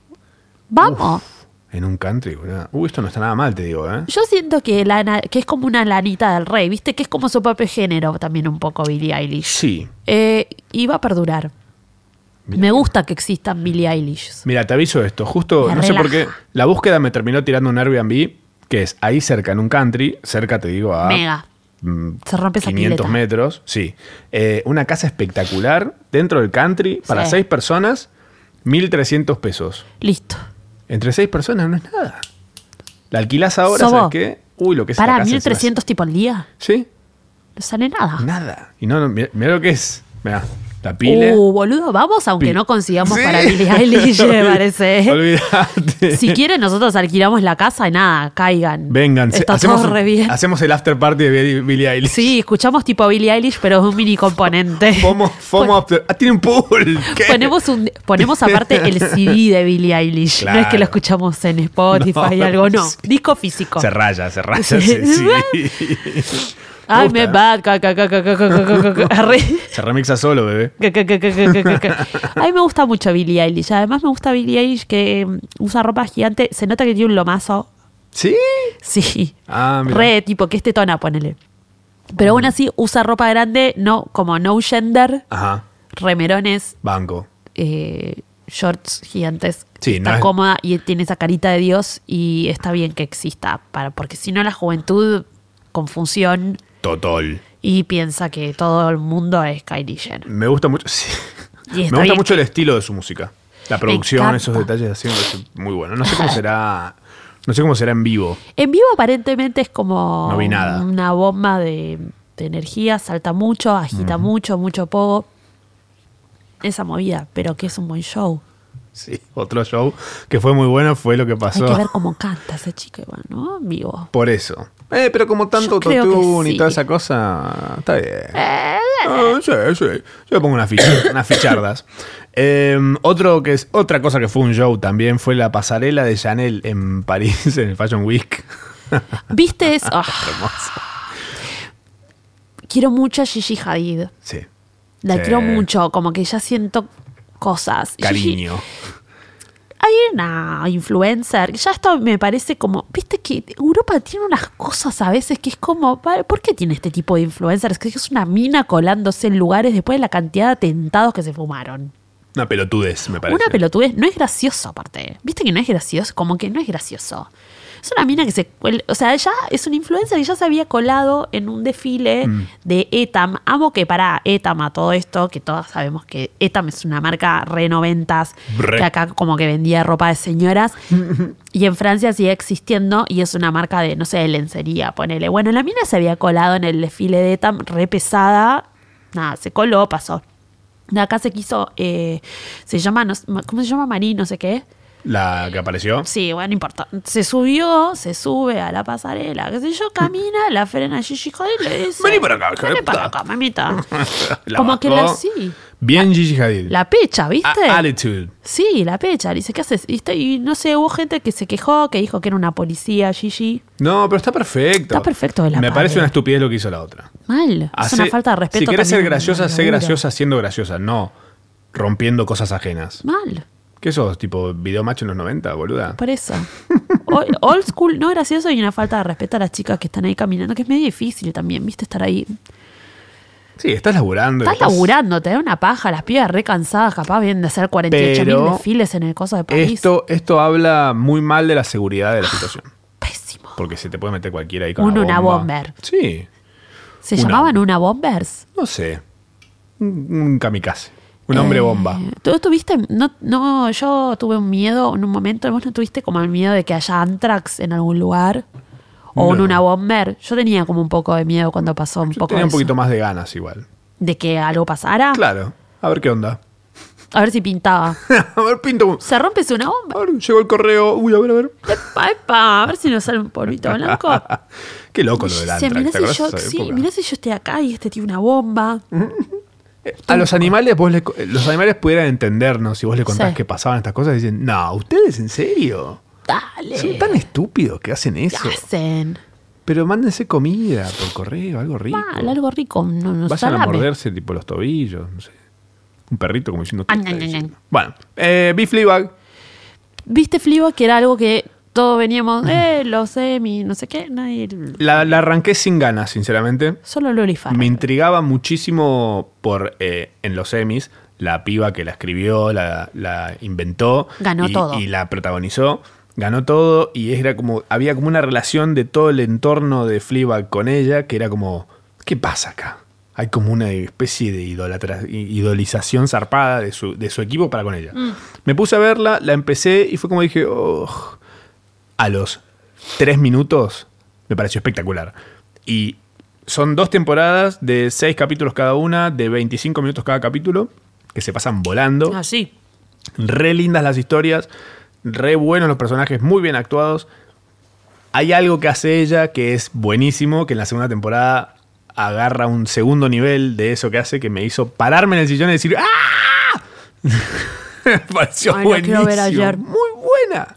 Speaker 2: Vamos.
Speaker 1: En un country, boludo. Uy, esto no está nada mal, te digo, ¿eh?
Speaker 2: Yo siento que, lana- que es como una lanita del rey, ¿viste? Que es como su propio género también un poco Billie Eilish.
Speaker 1: Sí.
Speaker 2: Eh, y va a perdurar.
Speaker 1: Mira.
Speaker 2: Me gusta que existan Billie Eilish.
Speaker 1: Mira, te aviso esto. Justo,
Speaker 2: Me
Speaker 1: no sé por qué,
Speaker 2: relaja.
Speaker 1: la búsqueda me terminó tirando un Airbnb, que es ahí cerca, en un country. Cerca, te digo, a.
Speaker 2: Mega.
Speaker 1: mm,
Speaker 2: Se rompe esa
Speaker 1: 500
Speaker 2: pileta.
Speaker 1: metros, sí. Eh, una casa espectacular dentro del country para
Speaker 2: Sí.
Speaker 1: seis personas, 1.300 pesos.
Speaker 2: Listo.
Speaker 1: Entre seis personas no es nada. La alquilás ahora,
Speaker 2: Sobo.
Speaker 1: ¿sabes qué? Uy, lo que es esta
Speaker 2: Para
Speaker 1: casa encima es-
Speaker 2: 1300 tipo al día.
Speaker 1: Sí,
Speaker 2: No sale nada.
Speaker 1: nada. Y no, no mira, mira lo que es. Mira, la pile.
Speaker 2: Uh, boludo, vamos, aunque
Speaker 1: Pi-
Speaker 2: no consigamos
Speaker 1: Sí.
Speaker 2: para
Speaker 1: (laughs)
Speaker 2: Billie Eilish, me parece.
Speaker 1: Olvídate.
Speaker 2: ¿eh? Si quieren, nosotros alquilamos la casa y nada, caigan.
Speaker 1: Vengan,
Speaker 2: Está todo
Speaker 1: un-
Speaker 2: re bien.
Speaker 1: hacemos el after party de Billie- Billie Eilish.
Speaker 2: Sí, escuchamos tipo Billie Eilish, pero es un mini componente.
Speaker 1: (laughs) FOMO, FOMO after. Ah, tiene un
Speaker 2: (laughs)
Speaker 1: pool. ¿Qué?
Speaker 2: Pues- Ponemos, un- ponemos aparte el CD de Billie Eilish. No es que
Speaker 1: Claro.
Speaker 2: lo escuchamos en Spotify
Speaker 1: No,
Speaker 2: algo, no.
Speaker 1: sí.
Speaker 2: Disco físico.
Speaker 1: Se raya, se raya. Sí.
Speaker 2: (laughs)
Speaker 1: sí.
Speaker 2: Ay,
Speaker 1: Me
Speaker 2: me
Speaker 1: gusta, ¿eh?
Speaker 2: bad. ca, ca, ca, ca, ca, ca, ca, ca, ca, re.
Speaker 1: Se remixa solo, bebé.
Speaker 2: Que, que, que, que, que, que, que. A mí me gusta mucho Billie Eilish. Además me gusta Billie Eilish que mm, usa ropa gigante. Se nota que tiene un lomazo.
Speaker 1: ¿Sí?
Speaker 2: Sí.
Speaker 1: Ah, mira.
Speaker 2: Re tipo que es tetona, ponele. Pero aún así usa ropa grande, no, como no gender,
Speaker 1: Ajá,
Speaker 2: remerones,
Speaker 1: banco.
Speaker 2: eh, shorts gigantes.
Speaker 1: Sí,
Speaker 2: está
Speaker 1: no es-
Speaker 2: cómoda y tiene esa carita de Dios y está bien que exista. Para, porque si no la juventud, confusión
Speaker 1: Total.
Speaker 2: y piensa que todo el mundo es Kylie Jenner.
Speaker 1: Me gusta mucho. (laughs) sí.
Speaker 2: Y
Speaker 1: Me
Speaker 2: está
Speaker 1: gusta
Speaker 2: bien
Speaker 1: mucho
Speaker 2: que-
Speaker 1: el estilo de su música. La producción,
Speaker 2: encanta.
Speaker 1: esos detalles así me parece muy bueno. No sé cómo será. No sé cómo será en vivo.
Speaker 2: En vivo aparentemente es como
Speaker 1: No vi nada.
Speaker 2: una bomba de, de energía, salta mucho, agita mucho, mucho poco. Esa movida, pero que es un buen show.
Speaker 1: Sí. Otro show que fue muy bueno fue lo que pasó.
Speaker 2: Hay que ver cómo canta ese chico, igual, ¿no? En vivo.
Speaker 1: Por eso. Eh, pero como tanto
Speaker 2: Yo creo
Speaker 1: autotune
Speaker 2: que
Speaker 1: y toda
Speaker 2: sí.
Speaker 1: esa cosa. Está bien.
Speaker 2: Eh,
Speaker 1: Ah, sí, sí. Yo le pongo unas, fichas- (coughs) unas fichardas. Eh, otro que es, otra cosa que fue un show también fue la pasarela de Chanel en París, (laughs) en el Fashion Week. (laughs)
Speaker 2: ¿Viste eso? Ah,
Speaker 1: Hermoso.
Speaker 2: quiero mucho a Gigi Hadid. (laughs)
Speaker 1: Sí.
Speaker 2: La
Speaker 1: Sí.
Speaker 2: quiero mucho, como que ya siento cosas. Gigi-
Speaker 1: Cariño.
Speaker 2: hay una influencer, ya esto me parece como, viste que Europa tiene unas cosas a veces que es como, pa- ¿por qué tiene este tipo de influencers? Que es una mina colándose en lugares después de la cantidad de atentados que se fumaron.
Speaker 1: Una pelotudez, me parece.
Speaker 2: Una pelotudez, no es gracioso aparte, viste que no es gracioso, como que no es gracioso. Es una mina que se, cuel- o sea, ya es una influencer que ya se había colado en un desfile
Speaker 1: Mm.
Speaker 2: de Etam. Amo que para Etam a todo esto, que todos sabemos que Etam es una marca re noventas,
Speaker 1: Re.
Speaker 2: que acá como que vendía ropa
Speaker 1: (laughs)
Speaker 2: de señoras. y en Francia sigue existiendo y es una marca de, no sé, de lencería, ponele. Bueno, la mina se había colado en el desfile de Etam, re pesada. Nada, se coló, pasó. De acá se quiso, eh, se llama, no sé, ¿cómo se llama? Marí, no sé qué.
Speaker 1: La que apareció.
Speaker 2: Sí, bueno, no importa. Se subió, se sube a la pasarela, qué sé yo, camina, la frena Gigi Hadid le dice...
Speaker 1: (laughs) Vení para acá, hija de
Speaker 2: Vení para
Speaker 1: puta".
Speaker 2: acá, mamita.
Speaker 1: (laughs) (laughs) La
Speaker 2: Como que la
Speaker 1: bajó.
Speaker 2: sí.
Speaker 1: Bien Gigi Hadid.
Speaker 2: La pecha, ¿viste?
Speaker 1: A- attitude.
Speaker 2: Sí, la pecha. Le dice, ¿qué haces? Y, está- y no sé, hubo gente que se quejó, que dijo que era una policía, Gigi.
Speaker 1: No, pero está perfecto.
Speaker 2: Está perfecto de la
Speaker 1: Me
Speaker 2: madre.
Speaker 1: parece una estupidez lo que hizo la otra.
Speaker 2: Mal.
Speaker 1: Hace-
Speaker 2: es una falta de respeto.
Speaker 1: Si querés ser
Speaker 2: también en
Speaker 1: graciosa,
Speaker 2: el
Speaker 1: sé
Speaker 2: laburo.
Speaker 1: graciosa siendo graciosa, no rompiendo cosas ajenas.
Speaker 2: Mal,
Speaker 1: ¿Qué sos? ¿Tipo video macho en los 90, boluda?
Speaker 2: por eso. O- Old school, no gracioso y una falta de respeto a las chicas que están ahí caminando, que es medio difícil también, ¿viste? Estar ahí.
Speaker 1: Sí, estás laburando.
Speaker 2: Estás laburando, te da ¿eh? una paja, las pibas re cansadas, capaz vienen de hacer 48 mil
Speaker 1: Pero
Speaker 2: desfiles en el coso de París.
Speaker 1: Esto, esto habla muy mal de la seguridad de la situación.
Speaker 2: Pésimo.
Speaker 1: Porque se te puede meter cualquiera ahí con
Speaker 2: Un
Speaker 1: una bomba.
Speaker 2: una bomber.
Speaker 1: Sí,
Speaker 2: ¿Se
Speaker 1: Una-
Speaker 2: llamaban una bombers?
Speaker 1: no sé. Un un kamikaze. Un hombre
Speaker 2: Eh,
Speaker 1: bomba.
Speaker 2: ¿Tú tuviste, no, no, yo tuve un miedo en un momento, vos no tuviste como el miedo de que haya Antrax en algún lugar o en
Speaker 1: No.
Speaker 2: una bomber. Yo tenía como un poco de miedo cuando pasó un
Speaker 1: Yo
Speaker 2: poco
Speaker 1: tenía un
Speaker 2: eso. Ah.
Speaker 1: poquito más de ganas igual.
Speaker 2: de que algo pasara.
Speaker 1: Claro. A ver qué onda. (laughs)
Speaker 2: A ver si pintaba.
Speaker 1: a ver, pinto. un-
Speaker 2: ¿Se rompe una bomba?
Speaker 1: A ver, llegó el correo. Uy, a ver, a ver.
Speaker 2: Epa, epa, a ver si nos sale un polvito
Speaker 1: (laughs)
Speaker 2: blanco.
Speaker 1: Qué loco
Speaker 2: Y
Speaker 1: lo
Speaker 2: yo
Speaker 1: del
Speaker 2: decía, mirá
Speaker 1: Antrax. ¿te acordás
Speaker 2: si yo,
Speaker 1: de esa
Speaker 2: sí,
Speaker 1: época?
Speaker 2: mirá si yo estoy acá y este tiene una bomba.
Speaker 1: Eh, A los animales, vos le co- eh, los animales pudieran entendernos si vos le contás
Speaker 2: Sí.
Speaker 1: que pasaban estas cosas y dicen, no, ustedes en serio.
Speaker 2: Dale.
Speaker 1: Son tan estúpidos que hacen
Speaker 2: ¿Qué
Speaker 1: eso.
Speaker 2: hacen?
Speaker 1: Pero mándense comida por correo, algo rico.
Speaker 2: Mal, algo rico. No, no
Speaker 1: Vayan a
Speaker 2: salame.
Speaker 1: morderse tipo los tobillos, no sé. Un perrito como diciendo. ¿qué
Speaker 2: Ah,
Speaker 1: está
Speaker 2: ña, ña, ña.
Speaker 1: diciendo? Bueno, eh, vi Fleabag.
Speaker 2: ¿Viste Flibo que era algo que
Speaker 1: (laughs)
Speaker 2: todos veníamos, eh, los semi, no sé qué, nadie.
Speaker 1: La, la arranqué sin ganas, sinceramente.
Speaker 2: Solo Loli Farrell.
Speaker 1: Me intrigaba muchísimo por eh, en los Emmys la piba que la escribió, la, la inventó.
Speaker 2: Ganó
Speaker 1: y,
Speaker 2: todo.
Speaker 1: Y la protagonizó. Ganó todo y era como, había como una relación de todo el entorno de Fleabag con ella que era como, ¿qué pasa acá? Hay como una especie de idolatra- i- idolización zarpada de su, de su equipo para con ella.
Speaker 2: Mm.
Speaker 1: Me puse a verla, la empecé y fue como dije, "Oh, a los tres minutos me pareció espectacular. Y son dos temporadas de seis capítulos cada una, de 25 minutos cada capítulo, que se pasan volando.
Speaker 2: Ah, sí.
Speaker 1: Re lindas las historias, re buenos los personajes, muy bien actuados. Hay algo que hace ella que es buenísimo, que en la segunda temporada agarra un segundo nivel de eso que hace que me hizo pararme en el sillón y decir ¡Ah! (laughs) me pareció
Speaker 2: Ay, la
Speaker 1: buenísimo.
Speaker 2: quiero ver ayer. Mm.
Speaker 1: Muy buena.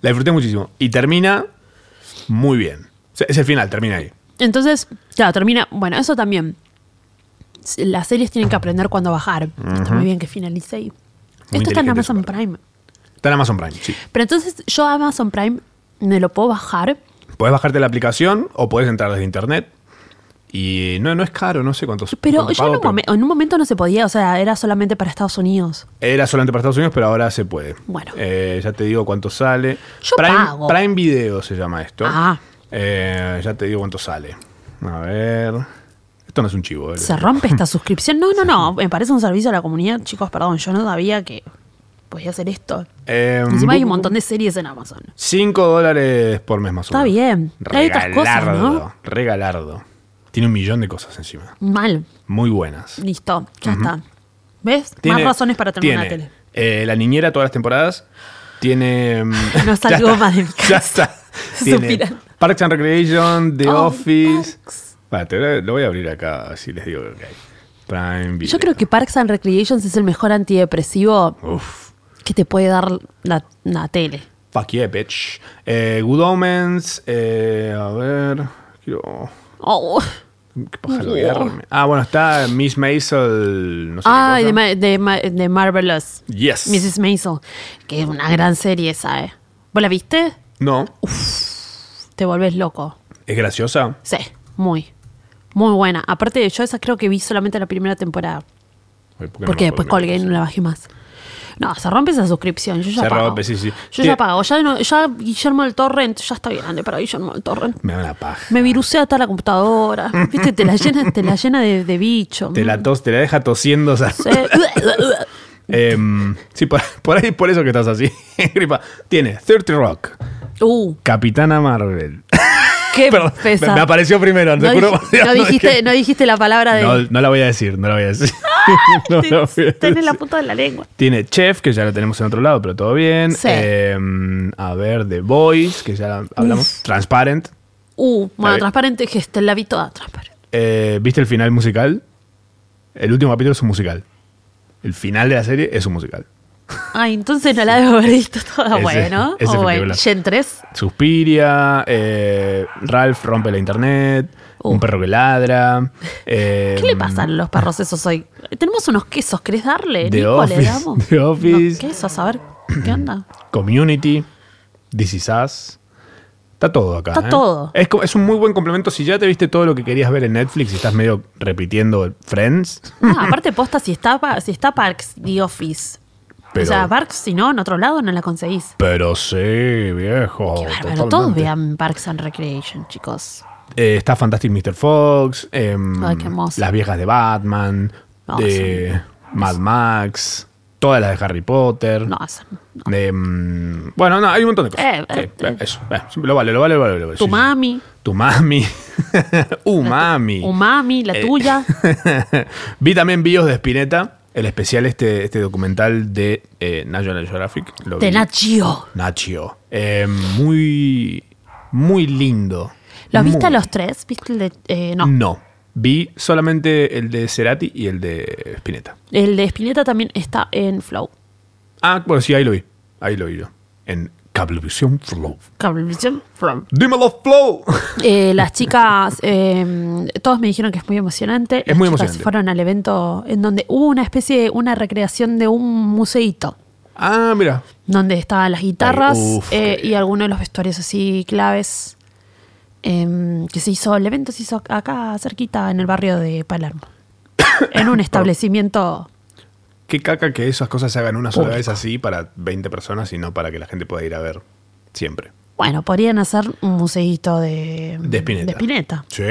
Speaker 1: La disfruté muchísimo. Y termina muy bien. O sea, Es el final, termina ahí.
Speaker 2: Entonces, ya termina. Bueno, eso también. S- Las series tienen que aprender cuando bajar. Está muy bien que finalice ahí. Esto está en
Speaker 1: inteligente
Speaker 2: Amazon
Speaker 1: su parte.
Speaker 2: Prime.
Speaker 1: Está en Amazon Prime, sí.
Speaker 2: Pero entonces yo a Amazon Prime me lo puedo bajar.
Speaker 1: Podés bajarte la aplicación o podés entrar desde internet. Y no, no es caro, no sé cuántos.
Speaker 2: Pero
Speaker 1: cuánto
Speaker 2: yo
Speaker 1: pago,
Speaker 2: en, un
Speaker 1: pero
Speaker 2: momen- en un momento no se podía, o sea, era solamente para Estados Unidos.
Speaker 1: Era solamente para Estados Unidos, pero ahora se puede.
Speaker 2: Bueno.
Speaker 1: Eh, ya te digo cuánto sale.
Speaker 2: Yo
Speaker 1: Prime,
Speaker 2: pago.
Speaker 1: Prime Video se llama esto.
Speaker 2: Ah.
Speaker 1: Eh, ya te digo cuánto sale. A ver. Esto no es un chivo. ¿eh?
Speaker 2: Se
Speaker 1: (laughs)
Speaker 2: rompe esta suscripción. No, no, no. Me parece un servicio a la comunidad. Chicos, perdón, yo no sabía que podía hacer esto.
Speaker 1: Eh,
Speaker 2: Encima hay un montón de series en Amazon.
Speaker 1: 5 dólares por mes más o
Speaker 2: Está
Speaker 1: menos.
Speaker 2: bien. Hay otras cosas, ¿no?
Speaker 1: Regalardo, Regalardo. Tiene un millón de cosas encima.
Speaker 2: Mal.
Speaker 1: Muy buenas.
Speaker 2: Listo. Ya está. ¿Ves?
Speaker 1: Tiene-
Speaker 2: Más razones para tener
Speaker 1: tiene,
Speaker 2: una tele.
Speaker 1: eh, la niñera todas las temporadas. Tiene. mm,
Speaker 2: (laughs) No
Speaker 1: ya
Speaker 2: salgo
Speaker 1: está,
Speaker 2: más de mi casa.
Speaker 1: (laughs) Ya
Speaker 2: (laughs)
Speaker 1: está. Tiene
Speaker 2: Suspirando.
Speaker 1: Parks and Recreation, The
Speaker 2: Oh,
Speaker 1: Office.
Speaker 2: Parks.
Speaker 1: Bueno, te lo- lo voy a abrir acá, si les digo lo que hay. Prime Video.
Speaker 2: Yo creo que Parks and Recreations es el mejor antidepresivo
Speaker 1: Uf.
Speaker 2: que te puede dar la, la tele.
Speaker 1: Fuck yeah, bitch. Eh, Good Omens. eh, a ver. Quiero.
Speaker 2: Oh.
Speaker 1: Qué paja lo voy a agarrarme. Ah, bueno, está Miss Maisel. No sé qué
Speaker 2: Ah,
Speaker 1: cosa.
Speaker 2: de, Ma- de, Ma- de Marvelous.
Speaker 1: Yes.
Speaker 2: Mrs. Maisel. Que es una gran serie esa, ¿eh? ¿Vos la viste?
Speaker 1: No.
Speaker 2: Te volvés loco.
Speaker 1: Es graciosa.
Speaker 2: Sí, muy. Muy buena. Aparte de yo, esa creo que vi solamente la primera temporada.
Speaker 1: Ay, ¿por qué no
Speaker 2: Porque
Speaker 1: me
Speaker 2: después
Speaker 1: acuerdo
Speaker 2: Pues colgué y no la bajé más. No, se rompe esa suscripción. Yo ya
Speaker 1: Se
Speaker 2: pago.
Speaker 1: rompe, sí, sí.
Speaker 2: Yo
Speaker 1: Tiene-
Speaker 2: ya pago. Ya, no- ya Guillermo del Torrent, ya está grande para Guillermo del Torrent.
Speaker 1: Me da una paja.
Speaker 2: Me virusea hasta
Speaker 1: (laughs)
Speaker 2: la computadora. Viste, te la llena, te la llena de, de bicho.
Speaker 1: Te la, tos, te la deja tosiendo. o sea.
Speaker 2: Sí. (laughs)
Speaker 1: (laughs) Em, sí, por, por ahí por eso que estás así. (laughs) Gripa. Tiene 30 Rock,
Speaker 2: Uh,
Speaker 1: Capitana Marvel. (laughs)
Speaker 2: qué
Speaker 1: Perdón,
Speaker 2: pesa.
Speaker 1: me, me apareció primero. te
Speaker 2: no,
Speaker 1: juro
Speaker 2: dij-
Speaker 1: por Dios,
Speaker 2: no
Speaker 1: no
Speaker 2: dijiste,
Speaker 1: dije-
Speaker 2: no dijiste la palabra de.
Speaker 1: No,
Speaker 2: (laughs)
Speaker 1: no la voy a decir, no la voy a decir. (laughs) No la voy a
Speaker 2: Ah, Tenés la
Speaker 1: decir.
Speaker 2: punta de la lengua.
Speaker 1: Tiene Chef, que ya lo tenemos en otro lado, pero todo bien.
Speaker 2: Sí.
Speaker 1: Em, a ver, The Voice, que ya la- hablamos. Transparent.
Speaker 2: Uh, bueno,
Speaker 1: bien.
Speaker 2: transparente, que este, la vi toda transparente.
Speaker 1: Eh, ¿Viste el final musical? El último capítulo es un musical. El final de la serie es un musical.
Speaker 2: Ay, entonces no la debo haber visto toda.
Speaker 1: Ese-
Speaker 2: bueno,
Speaker 1: ese
Speaker 2: o bueno.
Speaker 1: película.
Speaker 2: Gen 3.
Speaker 1: Suspiria, eh, Ralph rompe la internet, un perro que ladra. eh,
Speaker 2: (laughs) ¿Qué le pasan a los perros esos hoy? Tenemos unos quesos, ¿querés darle?
Speaker 1: The
Speaker 2: Nico, le
Speaker 1: Office,
Speaker 2: damos.
Speaker 1: The Office.
Speaker 2: Unos quesos, a ver, ¿qué onda?
Speaker 1: Community, This Is Us. Está todo acá.
Speaker 2: Está
Speaker 1: ¿eh?
Speaker 2: todo.
Speaker 1: Es, co- es un muy buen complemento. Si ya te viste todo lo que querías ver en Netflix y estás medio repitiendo Friends,
Speaker 2: No, Ah, aparte posta, si está, pa- si está Parks, The Office.
Speaker 1: Pero-
Speaker 2: o sea, Parks, si no, en otro lado no la conseguís.
Speaker 1: pero sí, viejo.
Speaker 2: Qué bárbaro,
Speaker 1: Oh, totalmente.
Speaker 2: todos vean Parks and Recreation, chicos.
Speaker 1: Eh, está Fantastic Mr. Fox, em,
Speaker 2: Ay, qué hermoso.
Speaker 1: Las viejas de Batman,
Speaker 2: No,
Speaker 1: de Mad Max, todas las de Harry Potter.
Speaker 2: No, eso no.
Speaker 1: de, mm, bueno, no, hay un montón de cosas.
Speaker 2: Eh, eh,
Speaker 1: Sí, eso, eh, lo vale, lo vale, lo vale. lo vale,
Speaker 2: Tu
Speaker 1: sí, sí.
Speaker 2: mami,
Speaker 1: Tu mami. (laughs) Uh, Umami. (laughs)
Speaker 2: umami, la
Speaker 1: Eh. (laughs)
Speaker 2: tuya.
Speaker 1: Vi también Bios de Spinetta, el especial, este, este documental de eh, National Geographic. Lo
Speaker 2: de
Speaker 1: vi.
Speaker 2: Nat Geo.
Speaker 1: Nacho. Eh, muy, muy lindo.
Speaker 2: ¿Los viste
Speaker 1: Muy- Mm.
Speaker 2: a los tres? ¿Viste el de.? eh, no.
Speaker 1: No. Vi solamente el de Cerati y el de Spinetta.
Speaker 2: El de Spinetta también está en Flow.
Speaker 1: Ah, bueno, sí, ahí lo vi. Ahí lo vi yo. En Cablevisión Flow.
Speaker 2: Cablevisión, Flow.
Speaker 1: ¡Dímelo, Flow! (laughs)
Speaker 2: Eh, las chicas, eh, todos me dijeron que es muy emocionante.
Speaker 1: Es muy
Speaker 2: Las chicas
Speaker 1: emocionante.
Speaker 2: Fueron al evento en donde hubo una especie de una recreación de un museito,
Speaker 1: Ah, mira.
Speaker 2: donde estaban las guitarras
Speaker 1: Ay, uf,
Speaker 2: eh,
Speaker 1: qué
Speaker 2: y algunos de los vestuarios así claves em, que se hizo. El evento se hizo acá cerquita en el barrio
Speaker 1: (coughs)
Speaker 2: de Palermo, en un establecimiento.
Speaker 1: Qué caca que esas cosas se hagan una sola
Speaker 2: Público.
Speaker 1: vez así para 20 personas y no para que la gente pueda ir a ver siempre.
Speaker 2: Bueno, podrían hacer un museito de,
Speaker 1: De Spinetta.
Speaker 2: Spinetta.
Speaker 1: Sí.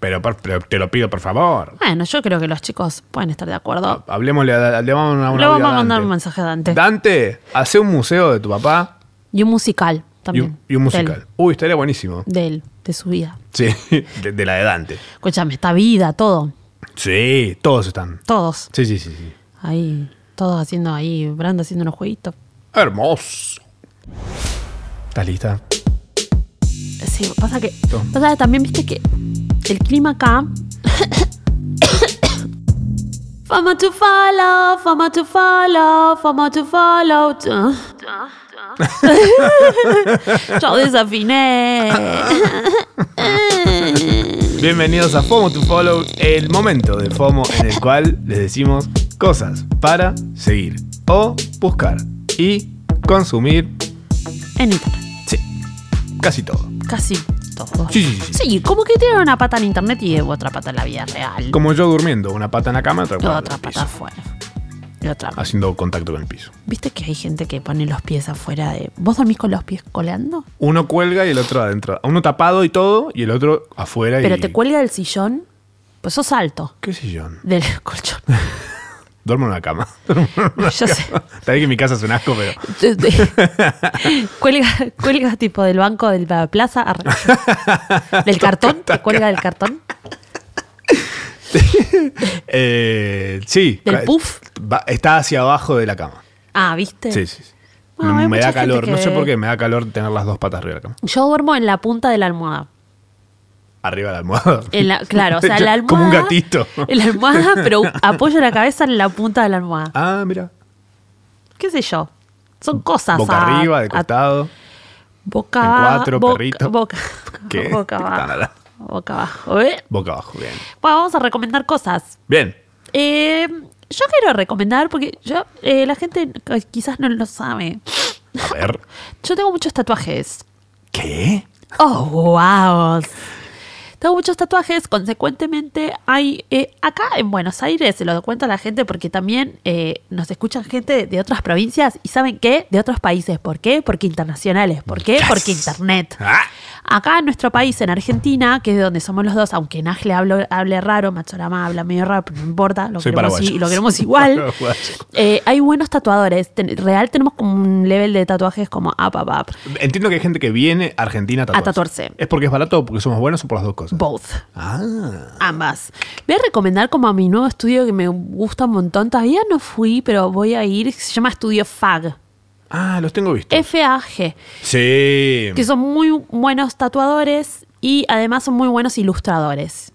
Speaker 1: Pero, por- pero te lo pido, por favor.
Speaker 2: Bueno, yo creo que los chicos pueden estar de acuerdo.
Speaker 1: Hablemosle a, le vamos a mandar un
Speaker 2: Le
Speaker 1: audio
Speaker 2: vamos a mandar
Speaker 1: Dante.
Speaker 2: un mensaje a Dante.
Speaker 1: Dante, hace un museo de tu papá
Speaker 2: Y un musical
Speaker 1: y
Speaker 2: también.
Speaker 1: un, y un musical. Uy, estaría buenísimo.
Speaker 2: De él, de él, de su vida.
Speaker 1: Sí, de, de la de Dante.
Speaker 2: Escúchame, esta vida, todo.
Speaker 1: Sí, todos están.
Speaker 2: Todos.
Speaker 1: Sí, sí, sí. sí.
Speaker 2: Ahí, todos haciendo ahí, Brando haciendo unos jueguitos.
Speaker 1: Hermoso. ¿Estás lista?
Speaker 2: Sí, pasa que.
Speaker 1: Todo.
Speaker 2: pasa que también viste que el clima acá. (coughs) Fama to follow, fama to follow, fama to follow. (laughs) Yo desafiné.
Speaker 1: Bienvenidos a FOMO to Follow, el momento de FOMO en el cual les decimos cosas para seguir o buscar y consumir,
Speaker 2: En internet,
Speaker 1: sí, casi todo.
Speaker 2: casi todo.
Speaker 1: Sí, sí, sí, sí.
Speaker 2: Sí, como que tiene una pata en internet y otra pata en la vida real.
Speaker 1: Como yo durmiendo, una pata en la cama, otra,
Speaker 2: Y
Speaker 1: pata en
Speaker 2: otra
Speaker 1: el
Speaker 2: pata
Speaker 1: piso, Ah.
Speaker 2: afuera. Y otra.
Speaker 1: haciendo contacto con el piso.
Speaker 2: ¿Viste que hay gente que pone los pies afuera de. ¿Vos dormís con los pies colando?
Speaker 1: Uno cuelga y el otro adentro. Uno tapado y todo, y el otro afuera y...
Speaker 2: Pero te cuelga del sillón, pues sos alto
Speaker 1: ¿Qué sillón?
Speaker 2: del (laughs) colchón.
Speaker 1: Duermo en una cama. (laughs) Duermo en una
Speaker 2: Yo sé.
Speaker 1: cama. Está bien que mi casa es un asco, pero... (laughs)
Speaker 2: Te- te- cuelga, cuelga tipo del banco de la plaza. arre. Del cartón, te cuelga del cartón.
Speaker 1: Eh, sí.
Speaker 2: ¿Del puff?
Speaker 1: Va- está hacia abajo de la cama.
Speaker 2: Ah, ¿viste?
Speaker 1: Sí, sí. sí.
Speaker 2: Bueno,
Speaker 1: Me-
Speaker 2: hay
Speaker 1: me
Speaker 2: mucha
Speaker 1: da
Speaker 2: gente
Speaker 1: calor,
Speaker 2: que-
Speaker 1: no sé por qué, me da calor tener las dos patas arriba de la cama.
Speaker 2: Yo duermo en la punta de la almohada.
Speaker 1: Arriba de la almohada.
Speaker 2: En la- claro, o
Speaker 1: (laughs)
Speaker 2: sea, la almohada.
Speaker 1: Como un gatito.
Speaker 2: En la almohada,
Speaker 1: (laughs)
Speaker 2: pero apoyo la cabeza en la punta de la almohada.
Speaker 1: Ah, mira.
Speaker 2: ¿Qué sé yo? Son cosas.
Speaker 1: Boca
Speaker 2: a-
Speaker 1: arriba, de
Speaker 2: a-
Speaker 1: costado.
Speaker 2: Boca
Speaker 1: En cuatro,
Speaker 2: boca-
Speaker 1: perrito.
Speaker 2: Boca,
Speaker 1: (laughs) ¿Qué?
Speaker 2: (laughs) boca
Speaker 1: Nada.
Speaker 2: abajo. Boca abajo. ¿eh?
Speaker 1: Boca abajo, bien.
Speaker 2: Bueno, vamos a recomendar cosas.
Speaker 1: Bien.
Speaker 2: Eh, yo quiero recomendar, porque yo eh, la gente quizás no lo sabe.
Speaker 1: A
Speaker 2: (laughs)
Speaker 1: ver.
Speaker 2: Yo tengo muchos tatuajes.
Speaker 1: ¿Qué?
Speaker 2: Oh, wow. Tengo muchos tatuajes, consecuentemente hay eh, acá en Buenos Aires, se lo cuento a la gente porque también eh, nos escuchan gente de otras provincias y saben qué, de otros países. ¿Por qué? Porque internacionales. ¿Por qué?
Speaker 1: Yes.
Speaker 2: Porque internet.
Speaker 1: Ah,
Speaker 2: Acá en nuestro país, en Argentina, que es de donde somos los dos, aunque Najle hable, hable raro, Machorama habla medio raro, pero no importa,
Speaker 1: (laughs)
Speaker 2: lo,
Speaker 1: Soy
Speaker 2: queremos,
Speaker 1: paraguayo.
Speaker 2: i- lo queremos igual.
Speaker 1: Paraguayo.
Speaker 2: Eh, hay buenos tatuadores. Ten- real tenemos como un level de tatuajes como up, up, up.
Speaker 1: Entiendo que hay gente que viene a Argentina a tatuarse.
Speaker 2: tatuarse.
Speaker 1: ¿Es porque es barato o porque somos buenos o por las dos cosas?
Speaker 2: Both.
Speaker 1: ah.
Speaker 2: Ambas. Voy a recomendar como a mi nuevo estudio que me gusta un montón. Todavía no fui, pero voy a ir. Se llama Estudio FAG.
Speaker 1: Ah, los tengo vistos.
Speaker 2: F-A-G.
Speaker 1: sí.
Speaker 2: Que son muy buenos tatuadores y además son muy buenos ilustradores.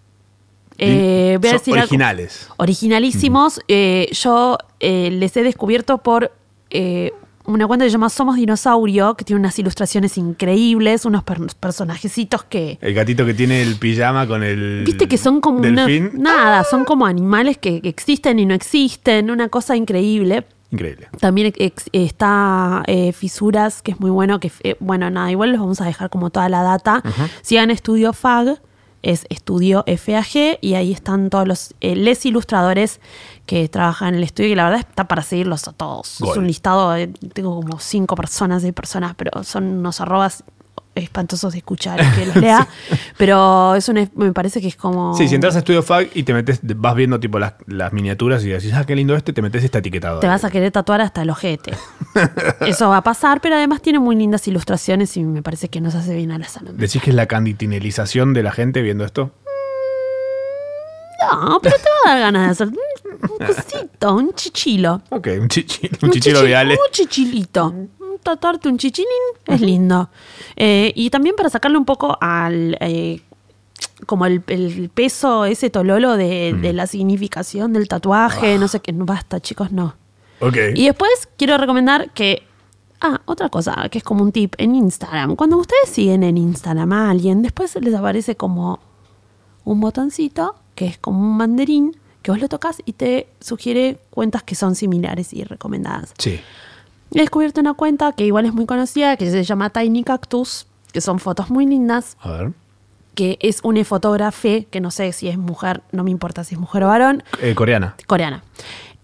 Speaker 2: Eh, voy a
Speaker 1: Son
Speaker 2: decir algo-
Speaker 1: originales.
Speaker 2: originalísimos. Eh, yo eh, les he descubierto por eh, una cuenta que se llama Somos Dinosaurio, que tiene unas ilustraciones increíbles, unos per- personajecitos que...
Speaker 1: El gatito que tiene el pijama con el.
Speaker 2: Viste que son como una-
Speaker 1: delfín.
Speaker 2: nada, son como animales que existen y no existen, una cosa increíble.
Speaker 1: Increíble.
Speaker 2: También ex- está eh, Fisuras, que es muy bueno. Que, eh, bueno, nada, igual les vamos a dejar como toda la data. Sigan Estudio FAG, es Estudio FAG, y ahí están todos los eh, les ilustradores que trabajan en el estudio. Y la verdad está para seguirlos a todos.
Speaker 1: Gol.
Speaker 2: eh, Es un listado, de- tengo como cinco personas, seis personas, pero son unos arrobas espantosos de escuchar y
Speaker 1: (laughs)
Speaker 2: que los lea, pero es una, me parece que es como...
Speaker 1: Sí, si entras a Studio Fag y te metes, vas viendo tipo las, las miniaturas y decís, ah, qué lindo este, te metes y está etiquetado.
Speaker 2: Te
Speaker 1: ahí.
Speaker 2: vas a querer tatuar hasta
Speaker 1: (laughs)
Speaker 2: el ojete. Eso va a pasar, pero además tiene muy lindas ilustraciones y me parece que nos hace bien a la salud.
Speaker 1: ¿Decís que es la canditinelización de la gente viendo esto?
Speaker 2: No, pero te va a dar ganas de hacer un un cosito, un chichilo.
Speaker 1: Ok, un chichilo, un chichilo de Ale.
Speaker 2: Un chichilito. Un Tatuarte un chichilín es lindo. Eh, y también para sacarle un poco al. eh, como el, el peso, ese tololo de,
Speaker 1: Mm.
Speaker 2: de la significación del tatuaje, no
Speaker 1: Ah.
Speaker 2: sé qué. No, basta, chicos, no.
Speaker 1: Ok.
Speaker 2: Y después quiero recomendar que. Ah, otra cosa, que es como un tip en Instagram. Cuando ustedes siguen en Instagram a alguien, después les aparece como un botoncito que es como un mandarín que vos lo tocas y te sugiere cuentas que son similares y recomendadas.
Speaker 1: Sí.
Speaker 2: He descubierto una cuenta que igual es muy conocida, que se llama Tiny Cactus, que son fotos muy lindas,
Speaker 1: A ver.
Speaker 2: que es una fotógrafe, que no sé si es mujer, no me importa si es mujer o varón,
Speaker 1: Eh, coreana.
Speaker 2: coreana.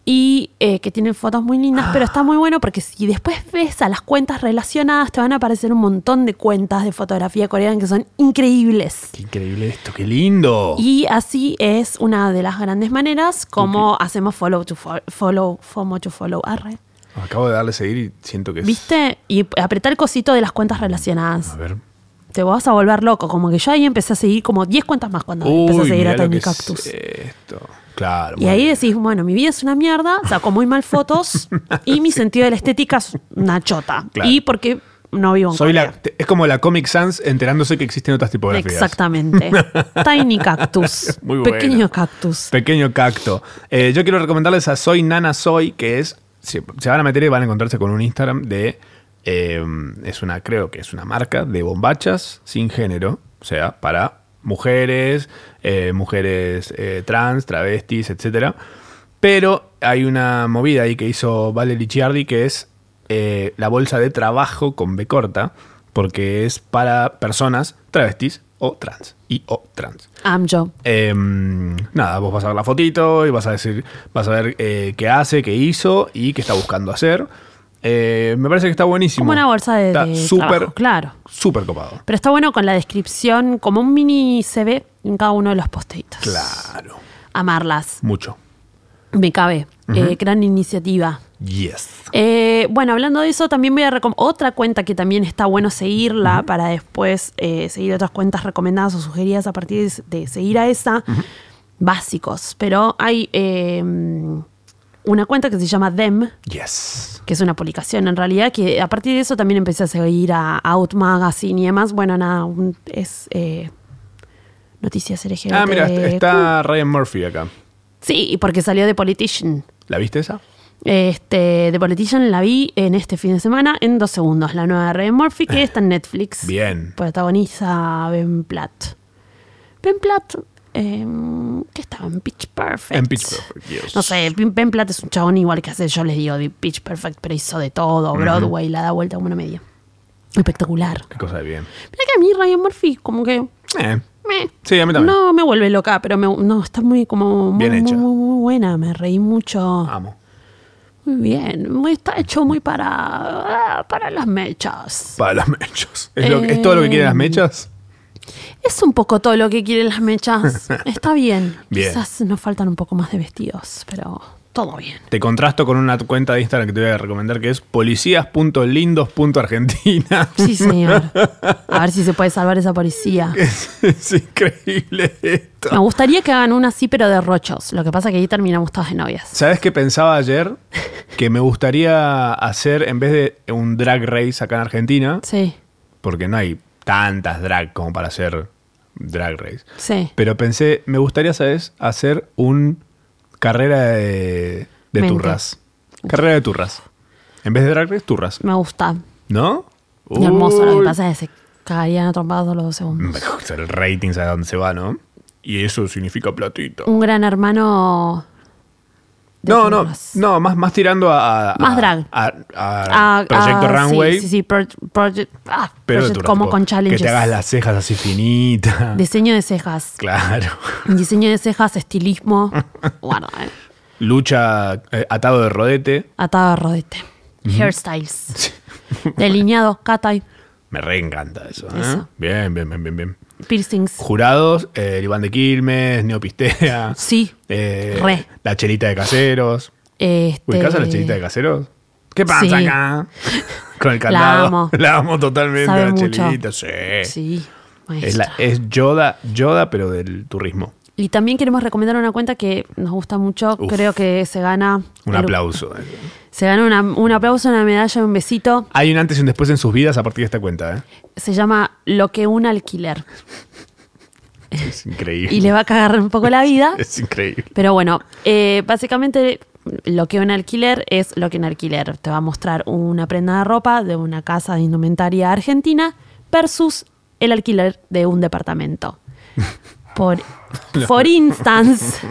Speaker 2: Y eh, que tienen fotos muy lindas, pero está muy bueno porque si después ves a las cuentas relacionadas, te van a aparecer un montón de cuentas de fotografía coreana que son increíbles.
Speaker 1: Qué increíble esto, qué lindo.
Speaker 2: Y así es una de las grandes maneras como hacemos follow to fo- follow, FOMO to follow, arre.
Speaker 1: Acabo de darle seguir y siento que es.
Speaker 2: ¿Viste? Y apretar el cosito de las cuentas relacionadas.
Speaker 1: A ver.
Speaker 2: Te vas a volver loco. Como que yo ahí empecé a seguir como 10 cuentas más cuando empecé a
Speaker 1: Uy,
Speaker 2: seguir a
Speaker 1: mirá lo que
Speaker 2: Tiny
Speaker 1: es
Speaker 2: Cactus.
Speaker 1: esto. Claro.
Speaker 2: Y
Speaker 1: bueno.
Speaker 2: ahí decís, bueno, mi vida es una mierda, saco muy
Speaker 1: (laughs)
Speaker 2: mal fotos y mi sentido de la estética es una chota.
Speaker 1: Claro.
Speaker 2: Y porque no vivo en
Speaker 1: Soy la,
Speaker 2: Corea.
Speaker 1: te- es como la Comic Sans enterándose que existen otras tipografías. (laughs)
Speaker 2: Exactamente. Tiny cactus.
Speaker 1: Muy bueno.
Speaker 2: Pequeño cactus.
Speaker 1: Pequeño cacto. Eh, yo quiero recomendarles a Soy Nana Soy, que es. Se, se van a meter y van a encontrarse con un Instagram de. eh, es una, creo que es una marca de bombachas sin género. O sea, para mujeres, eh, mujeres eh, trans, travestis, etcétera. Pero hay una movida ahí que hizo Vale Licciardi que es eh, la bolsa de trabajo con B corta, porque es para personas travestis o trans y o trans.
Speaker 2: Am yo.
Speaker 1: Eh, nada, vos vas a ver la fotito y vas a decir, vas a ver eh, qué hace, qué hizo y qué está buscando hacer. Eh, me parece que está buenísimo.
Speaker 2: Como una bolsa de,
Speaker 1: Está
Speaker 2: de
Speaker 1: súper,
Speaker 2: trabajo, claro.
Speaker 1: súper copado.
Speaker 2: Pero está bueno con la descripción, como un mini CV en cada uno de los posteitos.
Speaker 1: Claro,
Speaker 2: Amarlas.
Speaker 1: mucho.
Speaker 2: Me cabe. Eh, gran iniciativa.
Speaker 1: Yes.
Speaker 2: Eh, bueno, hablando de eso, también voy a recomendar otra cuenta que también está bueno seguirla para después eh, seguir otras cuentas recomendadas o sugeridas a partir de, de seguir a esa. Básicos. Pero hay eh, una cuenta que se llama Them,
Speaker 1: Yes.
Speaker 2: que es una publicación en realidad, que a partir de eso también empecé a seguir a Out Magazine y demás. Bueno, nada, un- es eh, noticias LGBT.
Speaker 1: Ah, mira,
Speaker 2: eh,
Speaker 1: está Ryan Murphy acá.
Speaker 2: Sí, porque salió de Politician.
Speaker 1: ¿La viste esa?
Speaker 2: Este, The Politician la vi en este fin de semana en dos segundos. La nueva de Ryan Murphy que está en Netflix.
Speaker 1: (laughs)
Speaker 2: Pues
Speaker 1: Bien.
Speaker 2: Protagoniza Ben Platt. Ben Platt, em, que estaba en Pitch Perfect.
Speaker 1: En Pitch Perfect, yes.
Speaker 2: No sé, Ben Ben Platt es un chabón igual que hace, yo les digo, de Pitch Perfect, pero hizo de todo. Broadway, la da vuelta como una media. Espectacular.
Speaker 1: Qué cosa de bien.
Speaker 2: Mira que a mí Ryan Murphy, como que.
Speaker 1: Eh,
Speaker 2: meh.
Speaker 1: Sí, a mí también.
Speaker 2: No me vuelve loca, pero me- no, está muy como muy,
Speaker 1: Bien
Speaker 2: muy,
Speaker 1: hecha. Ah,
Speaker 2: muy, muy buena. Me reí mucho.
Speaker 1: Amo.
Speaker 2: Muy bien, muy, está hecho muy para, ah, para las mechas.
Speaker 1: Para las mechas. ¿Es, lo que- ¿Es todo lo que quieren
Speaker 2: Eh.
Speaker 1: las mechas?
Speaker 2: Es un poco todo lo que quieren las
Speaker 1: (laughs)
Speaker 2: mechas. Está bien.
Speaker 1: Bien.
Speaker 2: Quizás nos faltan un poco más de vestidos, pero todo bien.
Speaker 1: Te contrasto con una cuenta de Instagram que te voy a recomendar que es policías.lindos.argentina.
Speaker 2: Sí, señor. A ver si se puede salvar esa policía.
Speaker 1: Es, (laughs) es increíble esto.
Speaker 2: Me gustaría que hagan una así, pero de rochos. Lo que pasa que ahí terminamos todas de novias.
Speaker 1: ¿Sabes qué pensaba ayer? Que me gustaría hacer, en vez de un drag race acá en Argentina,
Speaker 2: Sí,
Speaker 1: porque no hay tantas drag como para hacer drag race,
Speaker 2: sí.
Speaker 1: pero pensé, me gustaría, ¿sabes? Hacer un carrera de, de
Speaker 2: Mente.
Speaker 1: turras. Carrera de turras. En vez de drag race, turras.
Speaker 2: Me gusta.
Speaker 1: ¿No?
Speaker 2: Y hermoso. Lo que
Speaker 1: Uy.
Speaker 2: pasa es que se cagarían a trompadas todos los dos segundos.
Speaker 1: El rating sabe dónde se va, ¿no? Y eso significa platito.
Speaker 2: Un gran hermano. de
Speaker 1: No, no,
Speaker 2: Tomás.
Speaker 1: no, más, más tirando a. a-
Speaker 2: Más
Speaker 1: a-
Speaker 2: drag.
Speaker 1: A, a
Speaker 2: Ah,
Speaker 1: Proyecto
Speaker 2: ah,
Speaker 1: Runway.
Speaker 2: Sí, sí, sí, pro- project- ah,
Speaker 1: Pero de
Speaker 2: project
Speaker 1: turras,
Speaker 2: como
Speaker 1: tipo, Que
Speaker 2: con
Speaker 1: te hagas
Speaker 2: challenges.
Speaker 1: las cejas así finitas.
Speaker 2: Diseño de cejas.
Speaker 1: (laughs) Claro.
Speaker 2: Diseño de
Speaker 1: (laughs)
Speaker 2: cejas, estilismo. Guarda, eh.
Speaker 1: Lucha eh, atado de rodete. (laughs)
Speaker 2: Atado a rodete. Hairstyles. Delineado, katai.
Speaker 1: Me reencanta eso. ¿eh?
Speaker 2: Eso.
Speaker 1: Bien, bien, bien, bien, bien.
Speaker 2: Piercings.
Speaker 1: Jurados, eh, el Iván de Quilmes, Neopistea.
Speaker 2: (laughs) Sí.
Speaker 1: eh,
Speaker 2: Re.
Speaker 1: La chelita de caseros.
Speaker 2: Este,
Speaker 1: ¿Ubicás a la chelita de caseros? ¿Qué pasa
Speaker 2: Sí. (laughs)
Speaker 1: acá? Con el candado.
Speaker 2: amo.
Speaker 1: (laughs) La amo totalmente
Speaker 2: Sabe
Speaker 1: la
Speaker 2: mucho.
Speaker 1: chelita. Sí.
Speaker 2: Sí,
Speaker 1: Es, la-
Speaker 2: maestra.
Speaker 1: es Yoda, Yoda, pero del turismo.
Speaker 2: Y también queremos recomendar una cuenta que nos gusta mucho.
Speaker 1: Uf.
Speaker 2: Creo que se gana.
Speaker 1: Un
Speaker 2: el-
Speaker 1: aplauso. eh.
Speaker 2: Se gana una- un aplauso, una medalla, un besito.
Speaker 1: Hay un antes y un después en sus vidas a partir de esta cuenta, ¿eh?
Speaker 2: Se llama Lo que un alquiler.
Speaker 1: Es increíble.
Speaker 2: (laughs) Y le va a cagar un poco la vida.
Speaker 1: Es increíble.
Speaker 2: Pero bueno, eh, básicamente lo que un alquiler es lo que un alquiler. Te va a mostrar una prenda de ropa de una casa de indumentaria argentina versus el alquiler de un departamento. Por, for instance.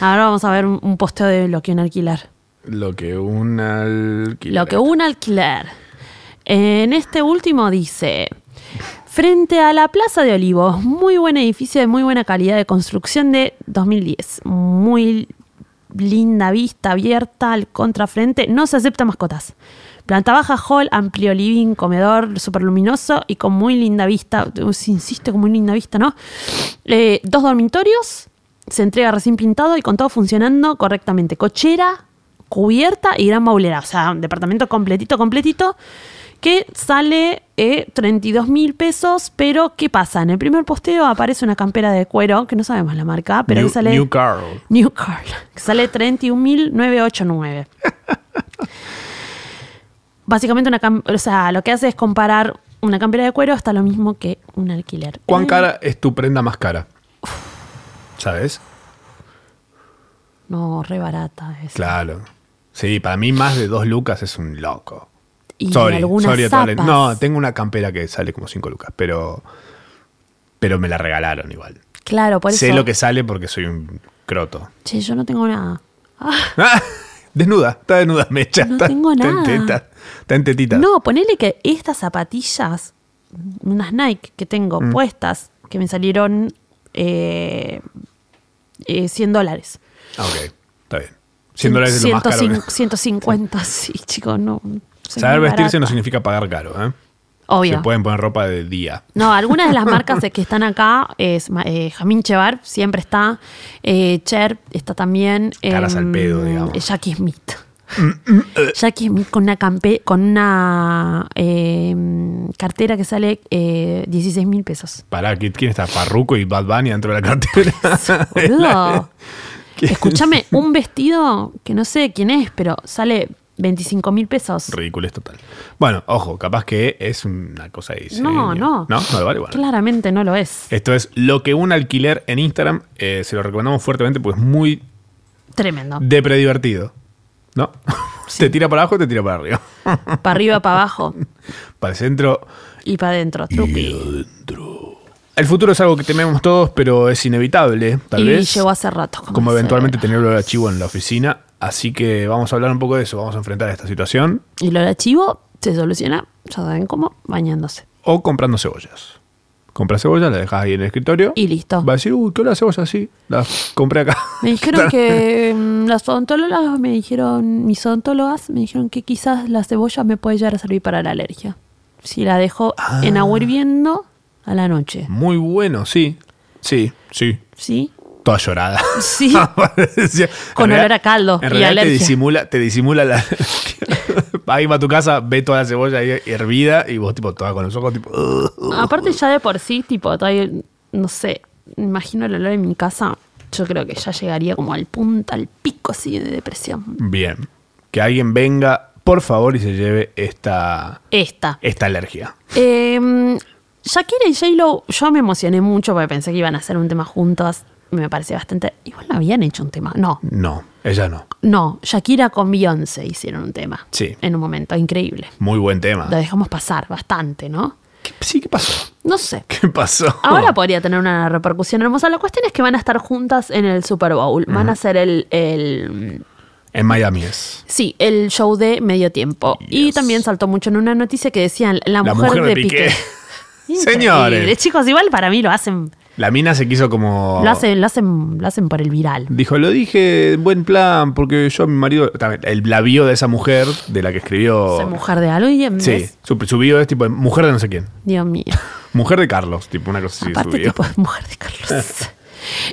Speaker 2: Ahora vamos a ver un, un posteo de lo que un alquiler.
Speaker 1: Lo que un alquiler.
Speaker 2: Lo que un alquiler. En este último dice, frente a la Plaza de Olivos, muy buen edificio de muy buena calidad de construcción de 2010. Muy linda vista abierta al contrafrente, no se acepta mascotas. Planta baja, hall, amplio living, comedor súper luminoso y con muy linda vista. Se insiste con muy linda vista, ¿no? Eh, dos dormitorios, se entrega recién pintado y con todo funcionando correctamente. Cochera, cubierta y gran maulera. O sea, un departamento completito, completito, que sale eh, 32 mil pesos. Pero, ¿qué pasa? En el primer posteo aparece una campera de cuero, que no sabemos la marca, pero
Speaker 1: New,
Speaker 2: ahí sale...
Speaker 1: New Carl.
Speaker 2: New Carl, que sale 31.989. Básicamente, una cam- o sea, lo que hace es comparar una campera de cuero hasta lo mismo que un alquiler.
Speaker 1: ¿Cuán
Speaker 2: Eh,
Speaker 1: cara es tu prenda más cara? ¿Sabes?
Speaker 2: No, re barata. Es.
Speaker 1: Claro. Sí, para mí más de dos lucas es un loco.
Speaker 2: Y
Speaker 1: sorry,
Speaker 2: algunas
Speaker 1: sorry a toda la-
Speaker 2: zapas.
Speaker 1: No, tengo una campera que sale como cinco lucas, pero, pero me la regalaron igual.
Speaker 2: Claro, por
Speaker 1: sé
Speaker 2: eso.
Speaker 1: lo que sale porque soy un croto.
Speaker 2: Che, yo no tengo nada. Ah,
Speaker 1: (laughs) ¡Ah! Desnuda, está desnuda, mecha.
Speaker 2: No
Speaker 1: está,
Speaker 2: tengo
Speaker 1: está en
Speaker 2: nada.
Speaker 1: teta, está en tetitas.
Speaker 2: no, ponele que estas zapatillas, unas Nike que tengo
Speaker 1: Mm.
Speaker 2: puestas, que me salieron eh, eh, 100 dólares.
Speaker 1: Ah, ok, está bien. 100 dólares es lo más caro. que-
Speaker 2: 105, 150, (laughs) sí, chicos, no. soy
Speaker 1: Saber
Speaker 2: muy
Speaker 1: vestirse
Speaker 2: barata.
Speaker 1: no significa pagar caro, ¿eh?
Speaker 2: Obvio.
Speaker 1: Se pueden poner ropa de día.
Speaker 2: No, algunas de las marcas que están acá es ma- eh, Jamín Chevar, siempre está. eh, Cher está también.
Speaker 1: Caras al pedo, digamos. Mm, eh.
Speaker 2: eh, Jackie Smith. Jackie Smith con una, campe- con una eh, cartera que sale eh, 16 mil pesos.
Speaker 1: Pará, ¿qui- ¿quién está? Parruco y Bad Bunny dentro de la
Speaker 2: (laughs)
Speaker 1: cartera. (laughs)
Speaker 2: Boludo.
Speaker 1: ¿Qué?
Speaker 2: Escúchame, un vestido que no sé quién es, pero sale 25 mil pesos.
Speaker 1: Ridículo es total. Bueno, ojo, capaz que es una cosa de diseño.
Speaker 2: No, no.
Speaker 1: No, no, vale, bueno.
Speaker 2: Claramente no lo es.
Speaker 1: Esto es lo que un alquiler en Instagram. eh, se lo recomendamos fuertemente porque es muy
Speaker 2: Tremendo.
Speaker 1: depre divertido. ¿No? (laughs) Te tira para abajo, te tira para arriba.
Speaker 2: Para arriba, para abajo
Speaker 1: Para el centro.
Speaker 2: y para adentro. Truqui.
Speaker 1: El futuro es algo que tememos todos, pero es inevitable, tal
Speaker 2: y
Speaker 1: vez.
Speaker 2: llegó hace rato.
Speaker 1: como
Speaker 2: ese-
Speaker 1: eventualmente tener el archivo en la oficina. Así que vamos a hablar un poco de eso. Vamos a enfrentar esta situación.
Speaker 2: Y lo del archivo se soluciona, ya saben cómo, bañándose.
Speaker 1: O comprando cebollas. Compras cebollas, las dejas ahí en el escritorio.
Speaker 2: Y listo.
Speaker 1: Va a decir, uy, ¿qué hora cebollas? Sí, las compré
Speaker 2: (laughs)
Speaker 1: acá.
Speaker 2: Me dijeron
Speaker 1: (laughs)
Speaker 2: que mm, las odontólogas me dijeron, mis odontólogas me dijeron que quizás la cebolla me puede llegar a servir para la alergia. Si la dejo
Speaker 1: Ah.
Speaker 2: en agua hirviendo a la noche.
Speaker 1: Muy bueno, sí. Sí, sí.
Speaker 2: ¿Sí?
Speaker 1: Toda
Speaker 2: (laughs)
Speaker 1: llorada. (laughs)
Speaker 2: Sí.
Speaker 1: Parecía-
Speaker 2: Con
Speaker 1: en realidad-
Speaker 2: olor a caldo y
Speaker 1: En realidad te
Speaker 2: alergia.
Speaker 1: disimula, te disimula la (laughs) Ahí va a tu casa, ve toda la cebolla ahí hervida y vos tipo toda con los ojos tipo... "Ugh".
Speaker 2: Aparte ya de por sí, tipo, todavía, no sé, me imagino el olor en mi casa. Yo creo que ya llegaría como al punto, al pico así de depresión.
Speaker 1: Bien. Que alguien venga, por favor, y se lleve esta,
Speaker 2: Esta.
Speaker 1: esta alergia.
Speaker 2: Eh, Shakira y J-Lo, yo me emocioné mucho porque pensé que iban a hacer un tema juntas. Me parecía bastante. Igual no habían hecho un tema. No,
Speaker 1: No, ella no.
Speaker 2: no. Shakira con Beyoncé hicieron un tema.
Speaker 1: Sí.
Speaker 2: En un momento increíble.
Speaker 1: Muy buen tema.
Speaker 2: Lo dejamos pasar bastante, ¿no?
Speaker 1: ¿Qué- sí, ¿qué pasó? (laughs)
Speaker 2: No sé.
Speaker 1: ¿Qué pasó?
Speaker 2: Ahora podría tener una repercusión hermosa. La cuestión es que van a estar juntas en el Super Bowl. Van a hacer el- el
Speaker 1: En Miami es.
Speaker 2: Sí, el show de medio tiempo. Y
Speaker 1: Yes.
Speaker 2: también saltó mucho
Speaker 1: (laughs)
Speaker 2: en una noticia que decían la, mujer, de Piqué. Increíble.
Speaker 1: Señores.
Speaker 2: Chicos, igual para mí lo hacen
Speaker 1: La mina se quiso como.
Speaker 2: Lo hacen, lo hacen, lo hacen por el viral.
Speaker 1: Dijo, lo dije en buen plan, porque yo a mi marido. también, El, la bio de esa mujer, de la que escribió.
Speaker 2: Soy mujer de alguien,
Speaker 1: Oh. Sí,
Speaker 2: ¿ves?
Speaker 1: su, su bio es tipo mujer de no sé quién.
Speaker 2: Dios mío.
Speaker 1: Mujer de Carlos, tipo una cosa así. su
Speaker 2: Aparte,
Speaker 1: bio.
Speaker 2: tipo es mujer de Carlos. (laughs)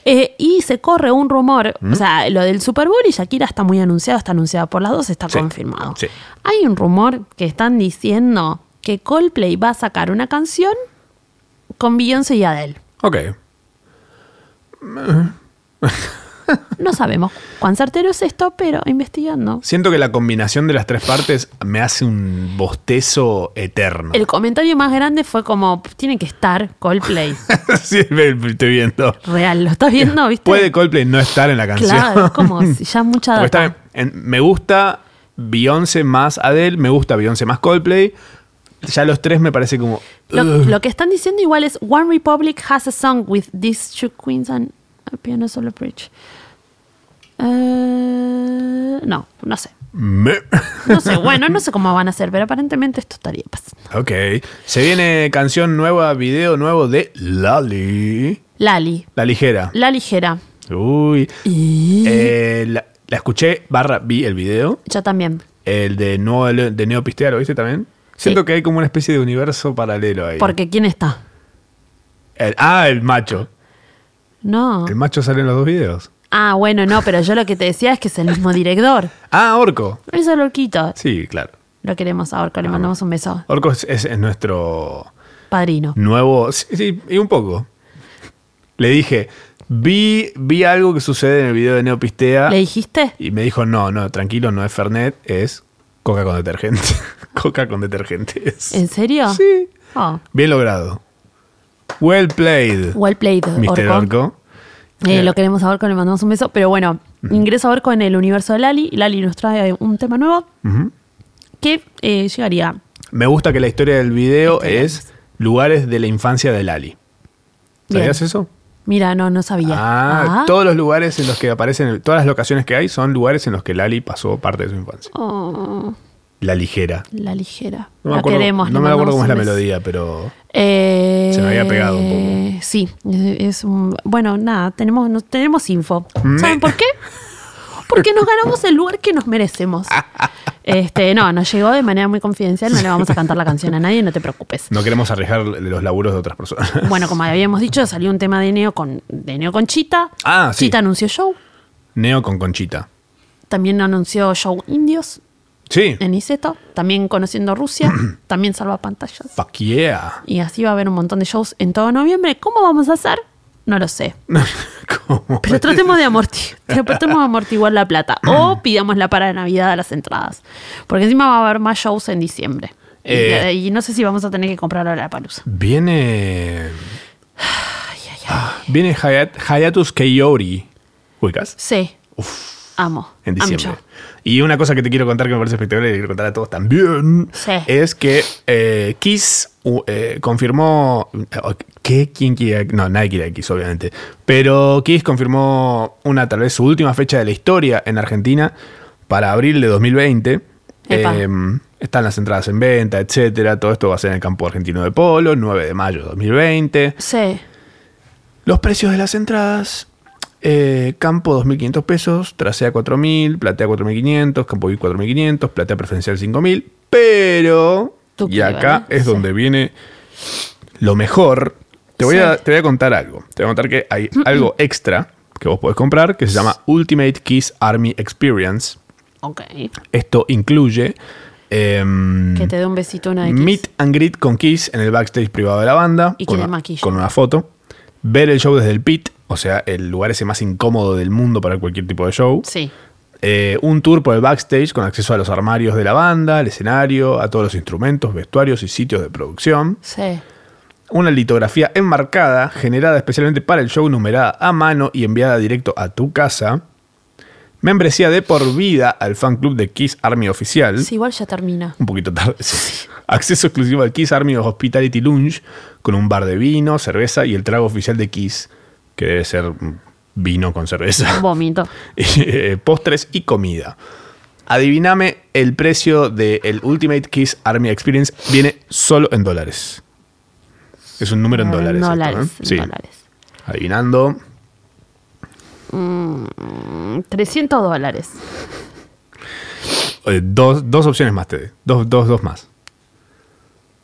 Speaker 2: Eh, y se corre un rumor,
Speaker 1: ¿Mm?
Speaker 2: o sea, lo del Super Bowl y Shakira está muy anunciado, está anunciado por las dos, está
Speaker 1: Sí,
Speaker 2: confirmado.
Speaker 1: sí.
Speaker 2: Hay un rumor que están diciendo que Coldplay va a sacar una canción con Beyoncé y Adele.
Speaker 1: Ok.
Speaker 2: No sabemos cuán certero es esto, pero investigando.
Speaker 1: Siento que la combinación de las tres partes me hace un bostezo eterno.
Speaker 2: El comentario más grande fue como, tiene que estar
Speaker 1: (laughs)
Speaker 2: Coldplay.
Speaker 1: (laughs) sí, me- me estoy viendo.
Speaker 2: Real, ¿lo
Speaker 1: (laughs)
Speaker 2: estás viendo? ¿Viste?
Speaker 1: Puede Coldplay no estar en la canción.
Speaker 2: Claro,
Speaker 1: (laughs)
Speaker 2: es como si ya mucha
Speaker 1: Porque
Speaker 2: data.
Speaker 1: está en- en- me gusta Beyoncé más Adele, me gusta Beyoncé más Coldplay. Ya los tres me parece como.
Speaker 2: Lo, lo que están diciendo igual es One Republic has a song with these two queens and a piano solo bridge. Eh, no, no sé.
Speaker 1: me- (laughs)
Speaker 2: No sé, bueno, no sé cómo van a hacer, pero aparentemente esto estaría pasando.
Speaker 1: Ok. Se viene canción nueva, video nuevo de Lali.
Speaker 2: Lali,
Speaker 1: La ligera.
Speaker 2: la ligera.
Speaker 1: Uy.
Speaker 2: Y
Speaker 1: Eh, la, la escuché, barra vi el video.
Speaker 2: yo también.
Speaker 1: El de, Neo, de Neo Pistea, ¿lo viste también? Siento que hay como una especie de universo paralelo ahí.
Speaker 2: Porque ¿quién está?
Speaker 1: El- ah, el macho.
Speaker 2: No.
Speaker 1: El macho sale en los dos videos.
Speaker 2: Ah, bueno, no, pero yo lo que te decía es que es el mismo director.
Speaker 1: Ah, Orco.
Speaker 2: Es el Orquito.
Speaker 1: Sí, claro.
Speaker 2: Lo queremos a
Speaker 1: Ah.
Speaker 2: Orco, le mandamos un beso.
Speaker 1: Orco es, es- es nuestro
Speaker 2: Padrino.
Speaker 1: Mm. nuevo. Sí, sí, y un poco. Le dije, vi, vi algo que sucede en el video de Neo Pistea.
Speaker 2: ¿Le dijiste?
Speaker 1: Y me dijo, no, no, tranquilo, no es Fernet, es coca con detergente. (laughs) coca con detergente es.
Speaker 2: ¿En serio?
Speaker 1: Sí.
Speaker 2: Oh.
Speaker 1: Bien logrado. Well played,
Speaker 2: Well played,
Speaker 1: Mr.
Speaker 2: Orco.
Speaker 1: Orco.
Speaker 2: Eh, lo queremos a Orco, le mandamos un beso. Pero bueno, ingreso a Orco en el universo de Lali. y Lali nos trae un tema nuevo
Speaker 1: Ujú.
Speaker 2: que eh, llegaría.
Speaker 1: Me gusta que la historia del video
Speaker 2: Este,
Speaker 1: es lugares de la infancia de Lali. ¿Sabías
Speaker 2: Bien.
Speaker 1: eso?
Speaker 2: Mira, no, no sabía.
Speaker 1: Ah,
Speaker 2: Ah.
Speaker 1: todos los lugares en los que aparecen, todas las locaciones que hay son lugares en los que Lali pasó parte de su infancia.
Speaker 2: Oh,
Speaker 1: La ligera.
Speaker 2: la ligera.
Speaker 1: No me
Speaker 2: la
Speaker 1: acuerdo,
Speaker 2: queremos. le
Speaker 1: no me acuerdo
Speaker 2: mandamos
Speaker 1: cómo es
Speaker 2: un
Speaker 1: la
Speaker 2: beso.
Speaker 1: melodía, pero
Speaker 2: Eh,
Speaker 1: Se me había pegado un poco.
Speaker 2: Sí, es, es un- bueno, nada, tenemos, no- tenemos info. ¿Saben por qué? Porque nos ganamos el lugar que
Speaker 1: (laughs)
Speaker 2: nos merecemos. Este, no, nos llegó de manera muy confidencial, no le vamos a cantar la canción a nadie, no te preocupes.
Speaker 1: no queremos arriesgar los laburos de otras personas. (laughs)
Speaker 2: Bueno, como habíamos dicho, salió un tema de Neo con, de Neo con Chita.
Speaker 1: Ah, sí.
Speaker 2: Chita anunció show.
Speaker 1: Neo con Conchita.
Speaker 2: También anunció show Indios
Speaker 1: Sí.
Speaker 2: en Iseto. También
Speaker 1: (clears throat)
Speaker 2: Conociendo Rusia. también Salva Pantallas.
Speaker 1: Fuck
Speaker 2: (laughs)
Speaker 1: yeah.
Speaker 2: Y así va a haber un montón de shows en todo noviembre. ¿Cómo vamos a hacer? No lo sé.
Speaker 1: ¿Cómo?
Speaker 2: Pero tratemos
Speaker 1: (laughs)
Speaker 2: de amortiguar, tratemos de amortiguar la plata.
Speaker 1: (clears throat)
Speaker 2: O pidámosla para Navidad a las entradas. Porque encima va a haber más shows en diciembre. Y-
Speaker 1: Eh.
Speaker 2: y, no sé si vamos a tener que comprar ahora la palusa.
Speaker 1: Viene. Ah. Viene Hayat, Hayatus Keyori. ¿Ubicas?
Speaker 2: Sí. Amo.
Speaker 1: en
Speaker 2: Amo
Speaker 1: diciembre.
Speaker 2: yo.
Speaker 1: Y una cosa que te quiero contar que me parece espectacular y le quiero contar a todos también
Speaker 2: Sí.
Speaker 1: es que eh, Kiss u- eh, confirmó. eh, ¿Qué? ¿Quién quiere? No, nadie quiere a Kiss, obviamente. Pero Kiss confirmó una, tal vez, su última fecha de la historia en Argentina para abril de 2020.
Speaker 2: Epa.
Speaker 1: Eh, están las entradas en venta, etcétera. Todo esto va a ser en el campo argentino de polo, 9 de mayo de 2020.
Speaker 2: Sí.
Speaker 1: Los precios de las entradas. eh, campo 2.500 pesos, trasea 4.000, platea 4.500, campo VIP 4.500, platea preferencial 5.000, pero...
Speaker 2: Tú
Speaker 1: Y
Speaker 2: que,
Speaker 1: acá
Speaker 2: ¿verdad?
Speaker 1: es
Speaker 2: Sí.
Speaker 1: donde viene lo mejor. Te voy,
Speaker 2: Sí.
Speaker 1: a, te voy a contar algo. Te voy a contar que hay algo extra que vos podés comprar que se llama Ultimate Kiss Army Experience.
Speaker 2: Ok.
Speaker 1: Esto incluye... em,
Speaker 2: Que te dé un besito una de Kiss.
Speaker 1: Meet and greet con Kiss en el backstage privado de la banda.
Speaker 2: Ah, Y que
Speaker 1: con,
Speaker 2: le
Speaker 1: una,
Speaker 2: maquille.
Speaker 1: con una foto. Ver el show desde el pit, o sea, el lugar ese más incómodo del mundo para cualquier tipo de show.
Speaker 2: Sí.
Speaker 1: Eh, un tour por el backstage con acceso a los armarios de la banda, al escenario, a todos los instrumentos, vestuarios y sitios de producción.
Speaker 2: Sí.
Speaker 1: Una litografía enmarcada, generada especialmente para el show, numerada a mano y enviada directo a tu casa. Membresía de por vida al fan club de Kiss Army Oficial.
Speaker 2: Sí, igual ya termina.
Speaker 1: Un poquito tarde. sí. Acceso exclusivo al Kiss Army Hospitality Lounge con un bar de vino, cerveza y el trago oficial de Kiss, que debe ser mm, vino con (laughs) cerveza.
Speaker 2: Vómito.
Speaker 1: Eh, Postres y comida. Adiviname el precio del Ultimate Kiss Army Experience. Viene solo en dólares. Es un número en dólares. esto, ¿eh?
Speaker 2: Mm, Dólares.
Speaker 1: Sí.
Speaker 2: dólares.
Speaker 1: Adivinando.
Speaker 2: Mm, 300 dólares.
Speaker 1: Eh, dos, dos opciones más te doy. Dos, dos, dos más.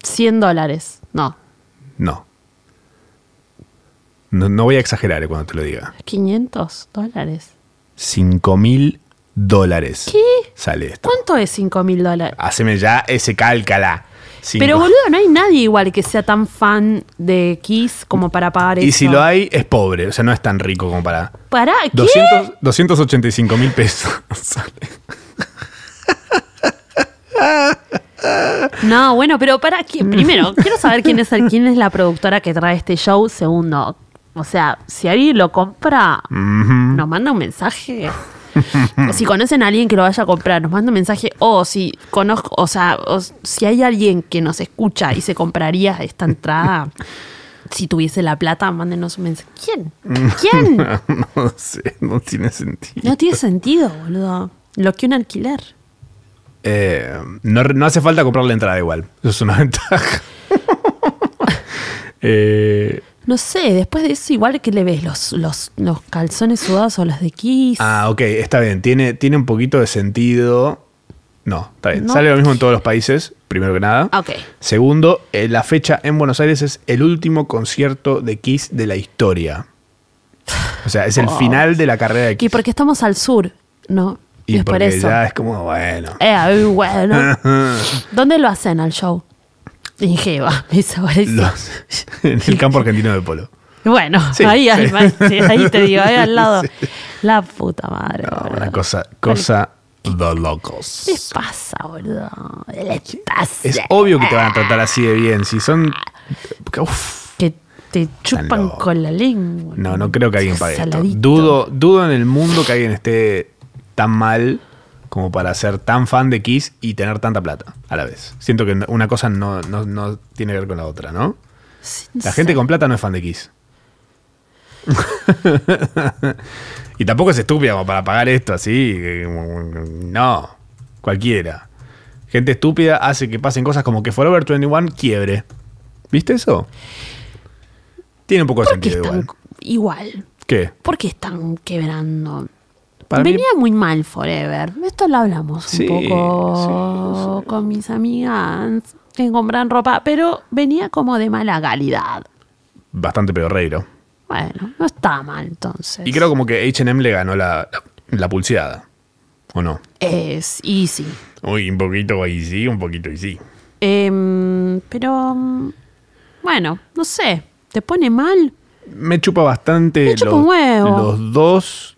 Speaker 2: 100 dólares. No.
Speaker 1: No. No, no voy a exagerar eh, cuando te lo diga.
Speaker 2: 500 dólares.
Speaker 1: 5 mil dólares.
Speaker 2: ¿Qué?
Speaker 1: Sale esto.
Speaker 2: ¿Cuánto es 5 mil dólares?
Speaker 1: Haceme ya ese cálcala. Cinco-
Speaker 2: Pero boludo, no hay nadie igual que sea tan fan de Kiss como para pagar eso.
Speaker 1: Y si lo hay, es pobre. O sea, no es tan rico como para.
Speaker 2: Pará, ¿qué?
Speaker 1: 200, 285 mil pesos. (laughs) Sale.
Speaker 2: No, bueno, pero para que primero, quiero saber quién es el- quién es la productora que trae este show. Segundo, o sea, si alguien lo compra, nos manda un mensaje. O si conocen a alguien que lo vaya a comprar, nos manda un mensaje. O si conozco, o sea, o si hay alguien que nos escucha y se compraría esta entrada, si tuviese la plata, mándenos un mensaje. ¿Quién? ¿Quién?
Speaker 1: (laughs) no sé, no tiene sentido.
Speaker 2: No tiene sentido, boludo. Lo que un alquiler.
Speaker 1: Eh, no, no hace falta comprar la entrada igual. Eso es una (laughs)
Speaker 2: (laughs)
Speaker 1: ventaja. Eh,
Speaker 2: No sé, después de eso, igual que le ves los, los, los calzones sudados o los de Kiss.
Speaker 1: ah, ok, está bien. Tiene, tiene un poquito de sentido. No, está bien.
Speaker 2: No.
Speaker 1: Sale lo mismo en todos los países, primero que nada.
Speaker 2: Ok.
Speaker 1: Segundo, eh, la fecha en Buenos Aires es el último concierto de Kiss de la historia. O sea, es el
Speaker 2: Oh.
Speaker 1: final de la carrera de
Speaker 2: Y
Speaker 1: Kiss.
Speaker 2: porque estamos al sur, ¿no? Y,
Speaker 1: Y
Speaker 2: es por
Speaker 1: porque
Speaker 2: eso.
Speaker 1: ya es como, bueno. (laughs)
Speaker 2: Eh, ay, bueno. ¿Dónde lo hacen al show? En Jeva, (laughs) me parece.
Speaker 1: Los- en el campo argentino de polo.
Speaker 2: (laughs) Bueno,
Speaker 1: Sí,
Speaker 2: ahí,
Speaker 1: sí.
Speaker 2: ahí, ahí, ahí te digo, ahí
Speaker 1: (laughs)
Speaker 2: al lado. La puta madre.
Speaker 1: No,
Speaker 2: boludo.
Speaker 1: una cosa, cosa de locos.
Speaker 2: ¿Qué les pasa, boludo? ¿Qué les pasa?
Speaker 1: Es obvio que te van a tratar así de bien. Si son.
Speaker 2: Ah.
Speaker 1: Uf,
Speaker 2: Que te chupan
Speaker 1: locos.
Speaker 2: con la lengua.
Speaker 1: no, no creo que alguien pague esto.
Speaker 2: Saladito.
Speaker 1: Dudo, dudo en el mundo que alguien esté tan mal como para ser tan fan de Kiss y tener tanta plata a la vez. Siento que una cosa no, no- no tiene que ver con la otra, ¿no?
Speaker 2: Sí, no
Speaker 1: La
Speaker 2: sé.
Speaker 1: gente con plata no es fan de Kiss. (laughs) y tampoco es estúpida como para pagar esto así. que- No, cualquiera. Gente estúpida hace que pasen cosas como que Forever 21 quiebre. ¿Viste eso? Tiene un poco de
Speaker 2: ¿Por qué
Speaker 1: sentido
Speaker 2: están
Speaker 1: igual.
Speaker 2: igual? igual?
Speaker 1: ¿Qué?
Speaker 2: ¿Por qué están quebrando?
Speaker 1: Para mí-
Speaker 2: Venía muy mal Forever. Esto lo hablamos
Speaker 1: Sí,
Speaker 2: un poco con mis amigas que compran ropa, pero venía como de mala calidad.
Speaker 1: bastante pedorreiro.
Speaker 2: Bueno, no está mal entonces.
Speaker 1: Y creo como que HM le ganó la, la, la pulseada. ¿O no?
Speaker 2: Es easy.
Speaker 1: Uy, un poquito ahí sí, un poquito ahí sí.
Speaker 2: Em, pero, mm, bueno, no sé. ¿Te pone mal?
Speaker 1: Me chupa bastante
Speaker 2: Me chupa
Speaker 1: los,
Speaker 2: un huevo.
Speaker 1: los dos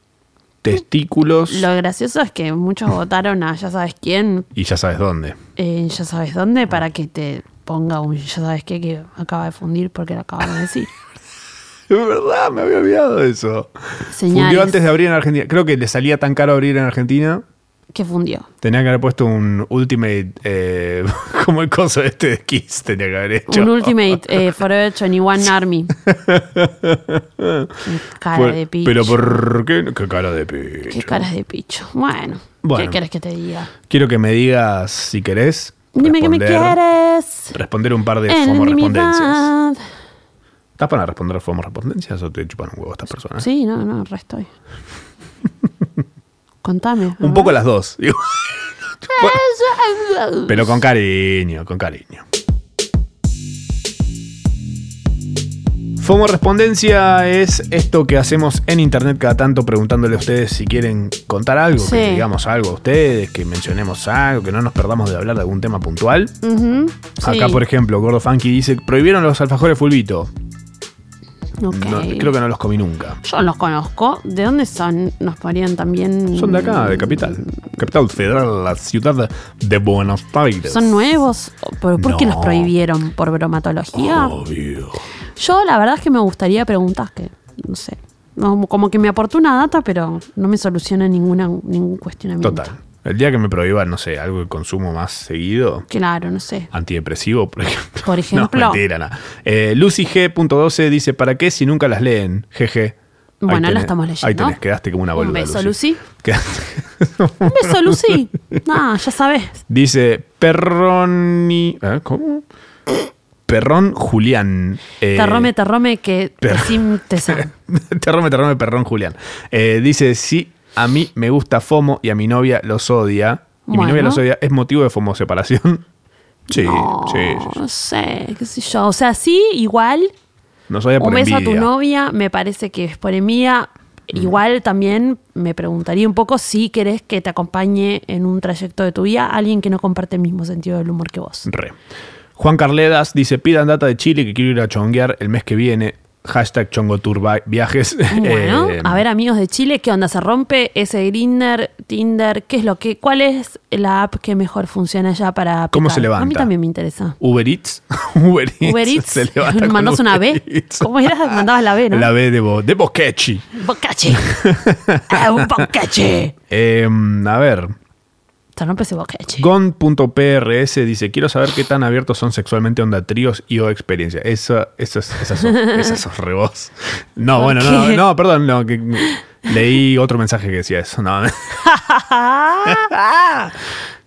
Speaker 1: testículos
Speaker 2: Lo gracioso es
Speaker 1: (laughs)
Speaker 2: que muchos votaron a ya sabes quién,
Speaker 1: y ya sabes dónde.
Speaker 2: en ya sabes dónde, para que te ponga un ya sabes qué que acaba de fundir porque lo acabamos de decir.
Speaker 1: Es verdad, me había olvidado de eso.
Speaker 2: Señales.
Speaker 1: Fundió antes de abrir en Argentina. Creo que le salía tan caro abrir en Argentina.
Speaker 2: que fundió.
Speaker 1: Tenía que haber puesto un Ultimate, eh, (laughs) como el coso este de Kiss, tenía que haber hecho.
Speaker 2: Un Ultimate
Speaker 1: oh.
Speaker 2: eh, Forever
Speaker 1: (laughs)
Speaker 2: 21 Army. Qué cara
Speaker 1: Por-
Speaker 2: de picho.
Speaker 1: Ah, Pero ¿por qué? no? Qué cara de picho.
Speaker 2: Qué caras de picho. Bueno,
Speaker 1: Bueno.
Speaker 2: ¿qué quieres que te diga?
Speaker 1: Quiero que me digas si querés.
Speaker 2: Dime que me
Speaker 1: responder-
Speaker 2: quieres.
Speaker 1: Responder un par de
Speaker 2: En la
Speaker 1: FOMO respondencias.
Speaker 2: intimidad.
Speaker 1: ¿Estás para responder FOMO respondencias o te chupan un huevo estas personas?
Speaker 2: Sí, no,
Speaker 1: (laughs)
Speaker 2: no, restoy. Contame.
Speaker 1: Un poco las dos, (laughs) digo. pero con cariño, con cariño. FOMO Respondencia es esto que hacemos en internet cada tanto preguntándole a ustedes si quieren contar algo, que
Speaker 2: Sí.
Speaker 1: digamos algo a ustedes, que mencionemos algo, que no nos perdamos de hablar de algún tema puntual.
Speaker 2: Ujú, sí.
Speaker 1: Acá, por ejemplo, Gordo Funky dice, prohibieron los alfajores fulvito.
Speaker 2: Ok.
Speaker 1: No, creo que no los comí nunca.
Speaker 2: Yo los conozco. ¿De dónde son? Nos ponían también.
Speaker 1: Son de acá, de Capital. Capital Federal, la ciudad de Buenos Aires.
Speaker 2: ¿Son nuevos? ¿Por, por qué los
Speaker 1: No. Oh.
Speaker 2: prohibieron? ¿Por bromatología?
Speaker 1: Obvio.
Speaker 2: Yo la verdad es que me gustaría preguntas que, no sé, no, como que me aportó una data, pero no me soluciona ninguna, ningún cuestionamiento.
Speaker 1: Total. El día que me prohíban, no sé, algo que consumo más seguido,
Speaker 2: Claro, no sé.
Speaker 1: antidepresivo, por ejemplo.
Speaker 2: Por ejemplo.
Speaker 1: (laughs) No, mentira, nada. Eh, Lucy G.12 dice, ¿para qué si nunca las leen? Jeje. Ahí
Speaker 2: Bueno, la
Speaker 1: tenés-
Speaker 2: estamos leyendo.
Speaker 1: Ahí tenés, quedaste como una
Speaker 2: Un
Speaker 1: boluda,
Speaker 2: beso, Lucy.
Speaker 1: Quedaste- (laughs)
Speaker 2: Un beso, Lucy. Ah, ya sabes.
Speaker 1: Dice, perroni... ¿eh? ¿Cómo? Perrón Julián. Eh, (laughs)
Speaker 2: Terrome, terrome, que
Speaker 1: pero-
Speaker 2: sin
Speaker 1: (laughs)
Speaker 2: tesón.
Speaker 1: Terrome, Terrome, Perrón Julián. Eh, dice, sí, a mí me gusta FOMO y a mi novia los odia. Y mi
Speaker 2: Bueno.
Speaker 1: novia los odia. ¿Es motivo de FOMO
Speaker 2: (laughs)
Speaker 1: separación? Sí,
Speaker 2: No,
Speaker 1: sí, sí.
Speaker 2: no sé, qué sé yo. O sea, sí, igual.
Speaker 1: Nos odia por
Speaker 2: Un beso a tu
Speaker 1: envidia. Mm.
Speaker 2: novia, me parece que es por envidia. Igual también me preguntaría un poco si querés que te acompañe en un trayecto de tu vida alguien que no comparte el mismo sentido del humor que vos.
Speaker 1: Re. Juan Carledas dice, pidan data de Chile que quiero ir a chonguear el mes que viene. Hashtag chongotour vi- viajes. (laughs)
Speaker 2: Bueno,
Speaker 1: Eh,
Speaker 2: a ver amigos de Chile, ¿qué onda? ¿Se rompe ese Grinder, Tinder? ¿Qué es lo que, cuál es la app que mejor funciona ya para
Speaker 1: ¿Cómo
Speaker 2: aplicar?
Speaker 1: se levanta?
Speaker 2: A mí también me interesa.
Speaker 1: Uber Eats. Uber Eats.
Speaker 2: Uber Eats,
Speaker 1: (laughs) Se
Speaker 2: (laughs)
Speaker 1: levanta con
Speaker 2: mandás una
Speaker 1: Uber
Speaker 2: B.
Speaker 1: Eats.
Speaker 2: ¿Cómo eras? Mandabas la B, ¿no?
Speaker 1: La B de, Bo- de Boquechi. (laughs)
Speaker 2: Bocache. Ah, un bocache.
Speaker 1: Eh, a ver.
Speaker 2: Se rompe ese bocache. (laughs)
Speaker 1: Gon.prs dice, quiero saber qué tan abiertos son sexualmente onda tríos y o experiencia. Esa, esas, esas,
Speaker 2: (laughs)
Speaker 1: sos- esas sos re vos. No, bueno, no, no,
Speaker 2: qué?
Speaker 1: no, perdón. no, que- leí otro mensaje que decía eso. No, (laughs)
Speaker 2: Ah,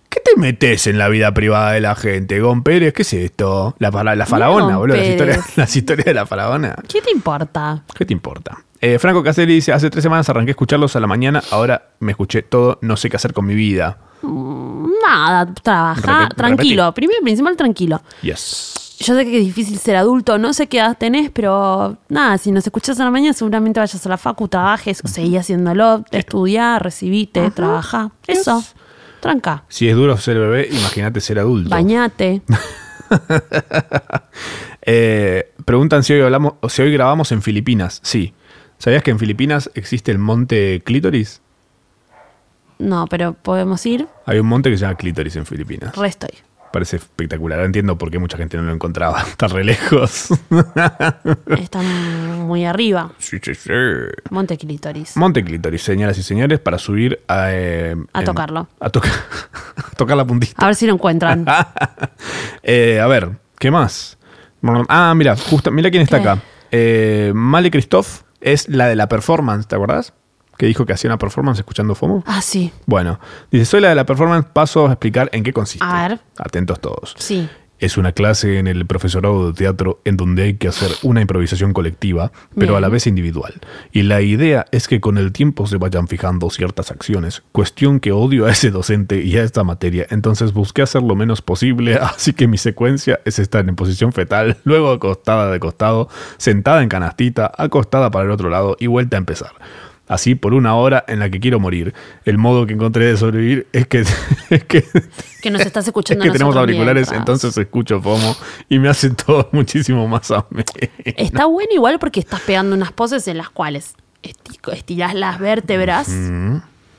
Speaker 1: ¿Qué te metes en la vida privada de la gente, Gon Pérez? ¿Qué es esto? La, fara- la faraona,
Speaker 2: Gon
Speaker 1: boludo. Las historias, (laughs)
Speaker 2: Pérez.
Speaker 1: las historias de la faraona.
Speaker 2: ¿Qué te importa?
Speaker 1: ¿Qué te importa? Eh, Franco Caselli dice, hace tres semanas arranqué a escucharlos a la mañana, ahora me escuché todo, no sé qué hacer con mi vida.
Speaker 2: Nada, trabaja
Speaker 1: Repet-
Speaker 2: tranquilo. Primero y principal, tranquilo.
Speaker 1: Yes.
Speaker 2: Yo sé que es difícil ser adulto, no sé qué edad tenés, pero nada, si nos escuchás a la mañana, seguramente vayas a la facu, trabajes, o seguí haciéndolo,
Speaker 1: Eh,
Speaker 2: estudiá, recibite, trabajá. Eso. Tranca.
Speaker 1: Si es duro ser bebé, imagínate ser adulto. (laughs)
Speaker 2: Bañate.
Speaker 1: Eh, preguntan si hoy hablamos, o si hoy grabamos en Filipinas. Sí. ¿Sabías que en Filipinas existe el monte Clítoris?
Speaker 2: No, pero podemos ir.
Speaker 1: Hay un monte que se llama Clítoris en Filipinas.
Speaker 2: Re
Speaker 1: (laughs)
Speaker 2: estoy.
Speaker 1: Parece espectacular. Ahora Entiendo por qué mucha gente no lo encontraba. (laughs) Está re
Speaker 2: (laughs)
Speaker 1: lejos.
Speaker 2: Están muy arriba.
Speaker 1: Sí, sí, sí.
Speaker 2: Monte Clitoris.
Speaker 1: Monte Clítoris, señoras y señores, para subir a... eh,
Speaker 2: A tocarlo.
Speaker 1: A, toca- (laughs) a tocar la puntita.
Speaker 2: A ver si
Speaker 1: (laughs)
Speaker 2: lo encuentran.
Speaker 1: Eh, a ver, ¿qué más? Ah, mira, justo, mira quién está
Speaker 2: ¿Qué?
Speaker 1: acá. Eh, Male Christoph es la de la performance, ¿te acordás? Que dijo que hacía una performance escuchando FOMO.
Speaker 2: Ah, sí.
Speaker 1: Bueno, dice, soy la de la performance, paso a explicar en qué consiste.
Speaker 2: A ver.
Speaker 1: Atentos todos.
Speaker 2: Sí.
Speaker 1: Es una clase en el profesorado de teatro en donde hay que hacer una improvisación colectiva, pero a la
Speaker 2: Bien.
Speaker 1: vez individual. Y la idea es que con el tiempo se vayan fijando ciertas acciones, cuestión que odio a ese docente y a esta materia, entonces busqué hacer lo menos posible, (laughs) así que mi secuencia es estar en posición fetal, luego acostada de costado, sentada en canastita, acostada para el otro lado y vuelta a empezar. Así por una hora en la que quiero morir. El modo que encontré de sobrevivir es que, (laughs) es que
Speaker 2: Que nos estás
Speaker 1: es
Speaker 2: escuchando.
Speaker 1: que tenemos
Speaker 2: nosotros
Speaker 1: auriculares,
Speaker 2: mientras.
Speaker 1: entonces escucho FOMO y me hace (laughs) todo muchísimo más ameno.
Speaker 2: Está bueno igual porque estás pegando unas poses en las cuales esti- estirás las vértebras.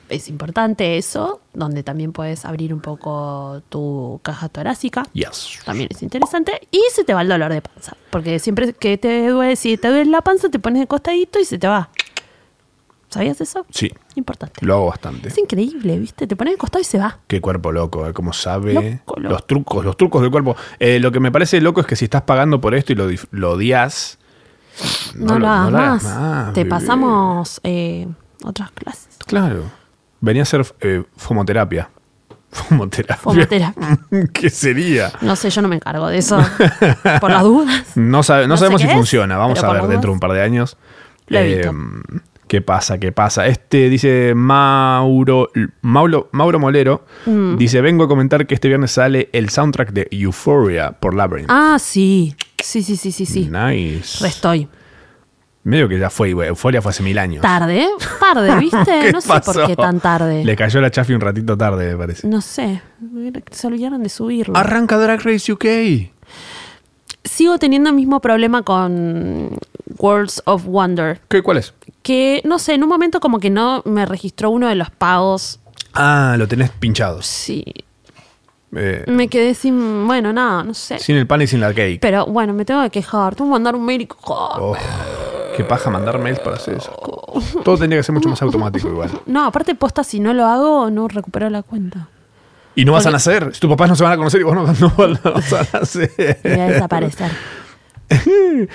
Speaker 2: Es importante eso, donde también puedes abrir un poco tu caja torácica.
Speaker 1: Yes.
Speaker 2: También es interesante. Y se te va el dolor de panza. Porque siempre que te duele, si te duele la panza, te pones de costadito y se te va. ¿Sabías eso?
Speaker 1: Sí,
Speaker 2: Importante.
Speaker 1: lo hago bastante.
Speaker 2: Es increíble, ¿viste? Te pones de costado y se va.
Speaker 1: Qué cuerpo loco, eh, como sabe.
Speaker 2: Loco, loco.
Speaker 1: Los trucos, los trucos del cuerpo. Eh, lo que me parece loco es que si estás pagando por esto y lo, dif- lo odias,
Speaker 2: No, lo hagas más. te
Speaker 1: bebé.
Speaker 2: pasamos eh, otras clases.
Speaker 1: Claro. Venía a hacer eh, fomoterapia. (laughs) Fomoterapia.
Speaker 2: Fomoterapia.
Speaker 1: (laughs) ¿Qué sería?
Speaker 2: No sé, yo no me encargo de eso. Por las (laughs) dudas.
Speaker 1: No, sabe- no
Speaker 2: No sé
Speaker 1: sabemos
Speaker 2: qué
Speaker 1: si
Speaker 2: es,
Speaker 1: funciona. Vamos
Speaker 2: pero
Speaker 1: a
Speaker 2: por
Speaker 1: ver
Speaker 2: las
Speaker 1: dentro de
Speaker 2: dudas.
Speaker 1: un par de años. Em,
Speaker 2: Lo evito.
Speaker 1: ¿Qué pasa? ¿Qué pasa? Este dice Mauro, Mauro, Mauro Molero.
Speaker 2: Mm.
Speaker 1: Dice, vengo a comentar que este viernes sale el soundtrack de Euphoria por Labyrinth.
Speaker 2: Ah, sí. Sí, sí, sí, sí, sí.
Speaker 1: Nice.
Speaker 2: Re Estoy.
Speaker 1: Medio que ya fue, güey. Euphoria fue hace mil años.
Speaker 2: Tarde, ¿eh?
Speaker 1: (laughs)
Speaker 2: tarde,
Speaker 1: ¿Qué
Speaker 2: ¿viste? No sé
Speaker 1: pasó?
Speaker 2: por qué tan tarde.
Speaker 1: Le cayó la chafi un ratito tarde, me parece.
Speaker 2: No sé. Se olvidaron de subirlo.
Speaker 1: Arranca Drag Race UK.
Speaker 2: Sigo teniendo el mismo problema con Worlds of Wonder.
Speaker 1: ¿Qué, ¿Cuál es?
Speaker 2: Que, no sé, en un momento como que no me registró uno de los pagos.
Speaker 1: Ah, lo tenés pinchado.
Speaker 2: Sí.
Speaker 1: Eh,
Speaker 2: Me quedé sin. Bueno, nada, no sé.
Speaker 1: Sin el pan y sin la cake.
Speaker 2: Pero bueno, me tengo que quejar. Tengo que mandar un mail y quejar.
Speaker 1: Oh, qué paja mandar mails para hacer eso. Todo tendría que ser mucho más automático igual.
Speaker 2: No, aparte posta, si no lo hago, no recupero la cuenta.
Speaker 1: Y no vas a nacer. Tus papás no se van a conocer y vos no, (laughs) no vas a
Speaker 2: Me voy a
Speaker 1: nacer. (laughs)
Speaker 2: desaparecer.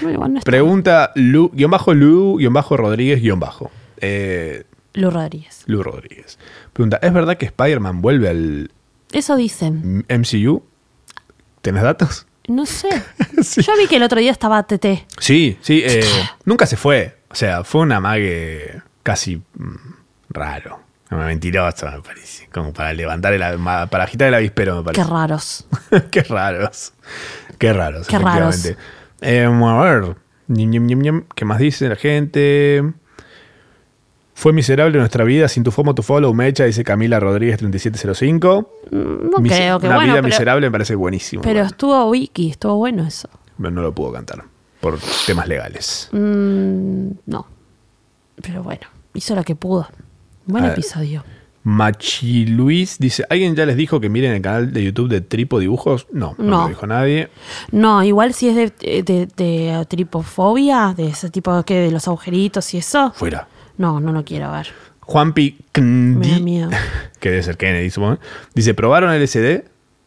Speaker 2: No, igual no está.
Speaker 1: Pregunta Lu, guión bajo Lu, guión bajo Rodríguez, guión bajo. Eh,
Speaker 2: Lu Rodríguez.
Speaker 1: Lu Rodríguez. Pregunta, ¿es verdad que Spider-Man vuelve al
Speaker 2: Eso dicen.
Speaker 1: MCU? ¿Tenés datos?
Speaker 2: No sé.
Speaker 1: (laughs) Sí.
Speaker 2: Yo vi que el otro día estaba TT.
Speaker 1: Sí, sí. eh, nunca se fue. O sea, fue un amague casi mm, raro. Mentiroso, me parece. Como para levantar el, ma- para agitar el avispero, me
Speaker 2: Qué
Speaker 1: parece.
Speaker 2: raros.
Speaker 1: (laughs) Qué raros. Qué raros,
Speaker 2: Qué raros.
Speaker 1: efectivamente. Eh, a ver. Ñam, ñam, ñam, ñam. ¿Qué más dice la gente? Fue miserable nuestra vida sin tu FOMO, tu follow, mecha, dice Camila Rodríguez 3705.
Speaker 2: No
Speaker 1: Mis-
Speaker 2: creo que
Speaker 1: una
Speaker 2: bueno,
Speaker 1: vida
Speaker 2: pero,
Speaker 1: miserable me parece buenísimo.
Speaker 2: pero estuvo wiki, estuvo bueno eso.
Speaker 1: Pero no lo puedo cantar por temas legales.
Speaker 2: Mm, no. Pero bueno, hizo lo que pudo. Buen
Speaker 1: A ver.
Speaker 2: episodio.
Speaker 1: Machi Luis dice, ¿alguien ya les dijo que miren el canal de YouTube de Tripo Dibujos? No, no,
Speaker 2: No.
Speaker 1: lo dijo nadie.
Speaker 2: No, igual si es de, de, de tripofobia, de ese tipo que de los agujeritos y eso.
Speaker 1: Fuera.
Speaker 2: No, no lo quiero ver.
Speaker 1: Juanpi
Speaker 2: Me da
Speaker 1: Kndi,
Speaker 2: miedo.
Speaker 1: (laughs) que debe ser Kennedy, supongo. Dice, ¿probaron el SD?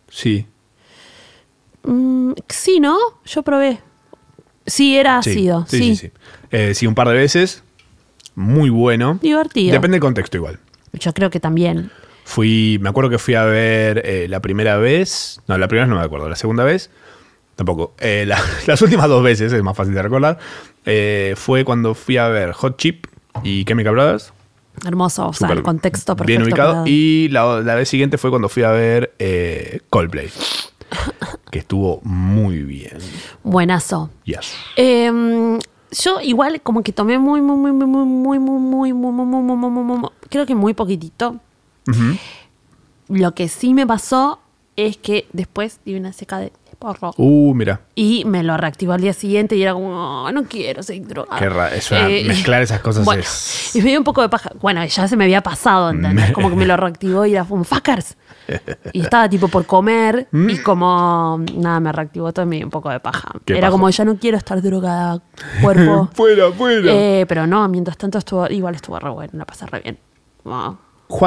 Speaker 1: Sí.
Speaker 2: Mm, sí, ¿no? Yo probé. Sí, era
Speaker 1: Sí,
Speaker 2: ácido. Sí,
Speaker 1: sí, sí. Eh, sí, un par de veces. Muy bueno.
Speaker 2: Divertido.
Speaker 1: Depende del contexto igual.
Speaker 2: Yo creo que también.
Speaker 1: Fui, me acuerdo que fui a ver eh, la primera vez, no, la primera vez no me acuerdo, la segunda vez, tampoco, Eh, (laughs) la- las últimas dos veces, es más fácil de recordar, eh, fue cuando fui a ver Hot Chip y Chemical Brothers,
Speaker 2: Hermoso. O sea,
Speaker 1: súper
Speaker 2: el contexto perfecto.
Speaker 1: bien ubicado,
Speaker 2: para-
Speaker 1: y la, la vez siguiente fue cuando fui a ver eh, (laughs) Coldplay, que estuvo muy bien,
Speaker 2: Buenazo.
Speaker 1: yes.
Speaker 2: Eh, yo igual como que tomé muy, muy, muy, muy, muy, muy, muy, muy, muy, muy, muy, muy, muy, muy, muy, creo que muy poquitito.
Speaker 1: Ujú.
Speaker 2: Lo que sí me pasó es que después di una seca de porro.
Speaker 1: Uh, mira,
Speaker 2: Y me lo reactivó al día siguiente y era como, "Oh, no quiero seguir drogada. Eh,
Speaker 1: Qué ra- es una-
Speaker 2: (laughs)
Speaker 1: mezclar esas cosas
Speaker 2: bueno,
Speaker 1: es-
Speaker 2: Y me dio un poco de paja. Bueno, ya se me había pasado, ¿entendés? Como que
Speaker 1: (laughs)
Speaker 2: me lo reactivó y era como, fuckers. Y estaba tipo por comer y como, nada, me reactivó todo y me dio un poco de paja.
Speaker 1: Mm. Qué
Speaker 2: Era
Speaker 1: paja.
Speaker 2: como, ya no quiero estar drogada,
Speaker 1: (laughs)
Speaker 2: cuerpo.
Speaker 1: fuera, fuera.
Speaker 2: Eh, pero no, mientras tanto estuvo, igual estuvo re bueno, la pasé re bien. Wow.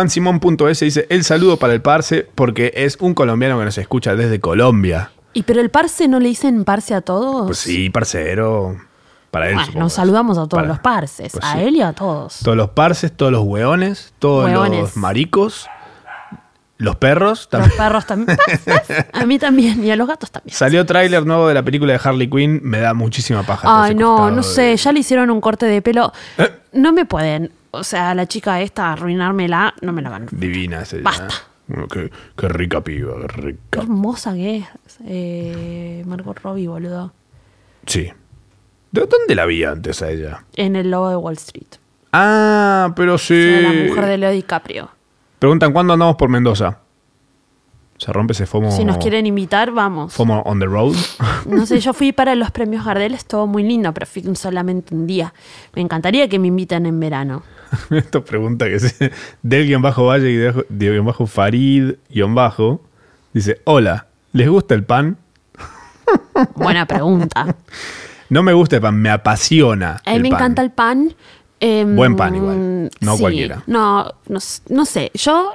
Speaker 1: JuanSimón.es dice, el saludo para el Parse porque es un colombiano que nos escucha desde Colombia.
Speaker 2: Y pero el parse no le dicen parse a todos.
Speaker 1: Pues sí, parcero. Para él.
Speaker 2: Bueno,
Speaker 1: supongo.
Speaker 2: nos saludamos a todos
Speaker 1: Para-
Speaker 2: los parses,
Speaker 1: Pues
Speaker 2: a
Speaker 1: sí.
Speaker 2: él y a todos.
Speaker 1: Todos los parces, todos los hueones, todos
Speaker 2: Hueones.
Speaker 1: los maricos, los perros
Speaker 2: Los
Speaker 1: también. (laughs)
Speaker 2: perros también. (laughs) a mí también y a los gatos también.
Speaker 1: Salió tráiler nuevo de la película de Harley Quinn, me da muchísima paja. todo
Speaker 2: Ay,
Speaker 1: ese
Speaker 2: no,
Speaker 1: costado
Speaker 2: no
Speaker 1: de-
Speaker 2: sé, ya le hicieron un corte de pelo.
Speaker 1: ¿Eh?
Speaker 2: No me pueden, o sea, la chica esta, arruinármela, no me la van.
Speaker 1: Divina ese. ¿eh?
Speaker 2: Basta.
Speaker 1: Bueno, Qué, qué rica piba, qué
Speaker 2: Qué
Speaker 1: rica.
Speaker 2: hermosa que es, eh, Margot Robbie, boludo.
Speaker 1: Sí. ¿De dónde la vi antes a ella?
Speaker 2: En el lobo de Wall Street.
Speaker 1: Ah, pero sí.
Speaker 2: O sea, la mujer de Leo DiCaprio.
Speaker 1: Preguntan, ¿cuándo andamos por Mendoza? Se rompe ese FOMO.
Speaker 2: Si nos quieren invitar, vamos.
Speaker 1: FOMO on the road. (laughs)
Speaker 2: No sé, yo fui para los premios Gardel, estuvo muy lindo, pero fui solamente un día. Me encantaría que me inviten en verano.
Speaker 1: Esto pregunta que se. Del guión bajo Valle y de de guión bajo Farid guión bajo. Dice: Hola, ¿les gusta el pan?
Speaker 2: Buena pregunta.
Speaker 1: No me gusta el pan, me apasiona.
Speaker 2: A mí
Speaker 1: el
Speaker 2: me
Speaker 1: pan.
Speaker 2: encanta el pan. Em,
Speaker 1: Buen pan igual, no cualquiera.
Speaker 2: No, no, s- no sé, yo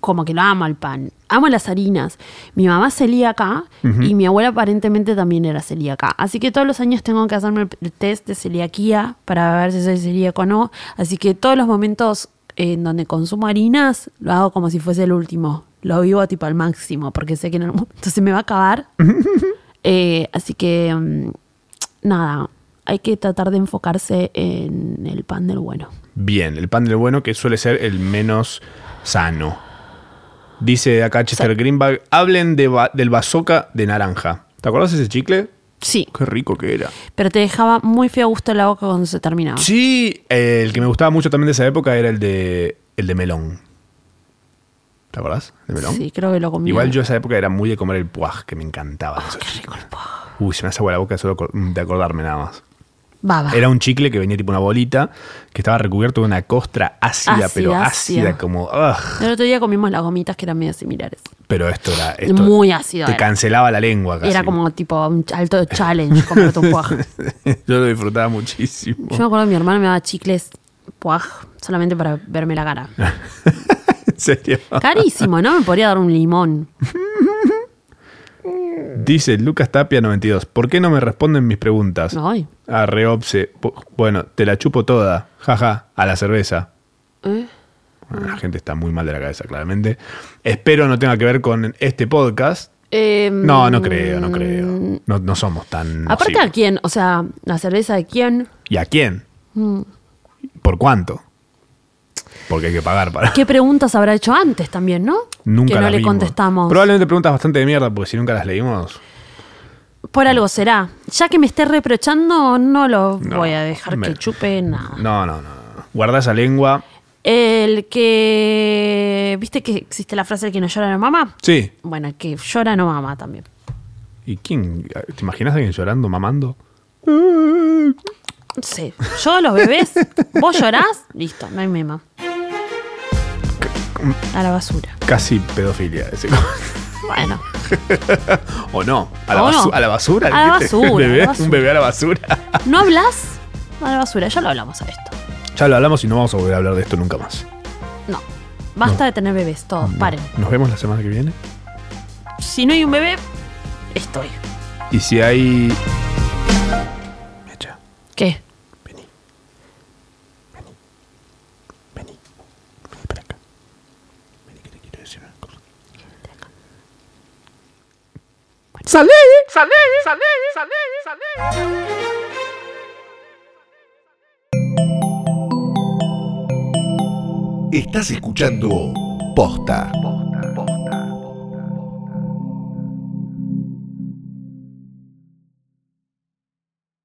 Speaker 2: como que lo amo al pan. Amo las harinas. Mi mamá es celíaca y mi abuela aparentemente también era celíaca. Así que todos los años tengo que hacerme el p- el test de celiaquía para ver si soy celíaco o no. Así que todos los momentos en donde consumo harinas lo hago como si fuese el último. Lo vivo tipo al máximo porque sé que en algún momento se me va a acabar. Eh, así que, mm, nada, hay que tratar de enfocarse en el pan del bueno.
Speaker 1: Bien, el pan del bueno que suele ser el menos sano. Dice acá Chester Greenberg: Hablen de ba- del bazooka de naranja. ¿Te acordás de ese chicle?
Speaker 2: Sí,
Speaker 1: Qué rico que era.
Speaker 2: pero te dejaba muy feo gusto en la boca cuando se terminaba.
Speaker 1: Sí, eh, el que me gustaba mucho también de esa época era el de el de melón. ¿Te acordás? ¿De melón?
Speaker 2: Sí, creo que lo comí.
Speaker 1: Igual yo esa época era muy de comer el puaj, que me encantaba. eso.
Speaker 2: Oh, Qué rico el pavo.
Speaker 1: Uy, se me hace agua la boca solo acor- de acordarme nada más.
Speaker 2: Baba.
Speaker 1: Era un chicle que venía tipo una bolita, que estaba recubierto de una costra ácida,
Speaker 2: Ácida,
Speaker 1: pero ácida,
Speaker 2: ácida.
Speaker 1: como... ugh.
Speaker 2: El otro día comimos las gomitas que eran medio similares.
Speaker 1: Pero esto era... esto
Speaker 2: Muy ácido
Speaker 1: Te
Speaker 2: era.
Speaker 1: cancelaba la lengua casi.
Speaker 2: Era
Speaker 1: (laughs)
Speaker 2: como tipo un ch- alto challenge comer tu puaj.
Speaker 1: Yo lo disfrutaba muchísimo.
Speaker 2: Yo me acuerdo que mi hermano me daba chicles puaj solamente para verme la cara.
Speaker 1: (laughs) en serio.
Speaker 2: Carísimo, ¿no? Me podría dar un limón.
Speaker 1: Dice Lucas Tapia 92. ¿Por qué no me responden mis preguntas? Ah,
Speaker 2: Ay.
Speaker 1: A Reopse. Bu- Bueno, te la chupo toda. Jaja, a la cerveza. Ah,
Speaker 2: ¿Eh?
Speaker 1: Bueno, la gente está muy mal de la cabeza, claramente. Espero no tenga que ver con este podcast.
Speaker 2: Eh,
Speaker 1: No, no creo, no creo. No, no somos tan.
Speaker 2: Mm. Aparte, ¿a
Speaker 1: nocivos.
Speaker 2: quién? O sea, ¿la cerveza de quién?
Speaker 1: ¿Y a quién?
Speaker 2: Mm.
Speaker 1: ¿Por cuánto? Porque hay que pagar para.
Speaker 2: ¿Qué preguntas habrá hecho antes también, no?
Speaker 1: Nunca
Speaker 2: que no
Speaker 1: las
Speaker 2: le
Speaker 1: vimos.
Speaker 2: contestamos.
Speaker 1: Probablemente preguntas bastante de mierda, porque si nunca las leímos.
Speaker 2: Por algo será. Ya que me esté reprochando, no lo
Speaker 1: No,
Speaker 2: voy a dejar
Speaker 1: me-
Speaker 2: que chupe nada.
Speaker 1: No, no, no. no. Guarda esa lengua.
Speaker 2: El que. ¿Viste que existe la frase el que no llora no mama?
Speaker 1: Sí.
Speaker 2: Bueno, el que llora no mama también.
Speaker 1: ¿Y quién? ¿Te imaginas a alguien llorando, mamando?
Speaker 2: Sí. Yo a
Speaker 1: (laughs)
Speaker 2: los bebés, vos llorás, listo, no hay mema. A la basura.
Speaker 1: Casi pedofilia. ese. (laughs)
Speaker 2: Bueno,
Speaker 1: o no. A la,
Speaker 2: O
Speaker 1: basu-
Speaker 2: no.
Speaker 1: a la basura.
Speaker 2: A la
Speaker 1: dijiste.
Speaker 2: basura,
Speaker 1: Un bebé,
Speaker 2: a la basura.
Speaker 1: un bebé a la basura.
Speaker 2: ¿no hablas? A la basura, ya lo hablamos a esto.
Speaker 1: ya lo hablamos y no vamos a volver a hablar de esto nunca más.
Speaker 2: No. Basta de tener bebés, todos, paren.
Speaker 1: Nos vemos la semana que viene.
Speaker 2: Si no hay un bebé, estoy.
Speaker 1: Y si hay. Mecha,
Speaker 2: ¿Qué?
Speaker 1: vení. Vení. Vení. Vení para acá. Vení que te quiero decir una cosa. ¡Salé! ¡Salé! ¡Salé! ¡Salé! ¡Salé!
Speaker 3: Estás escuchando Posta.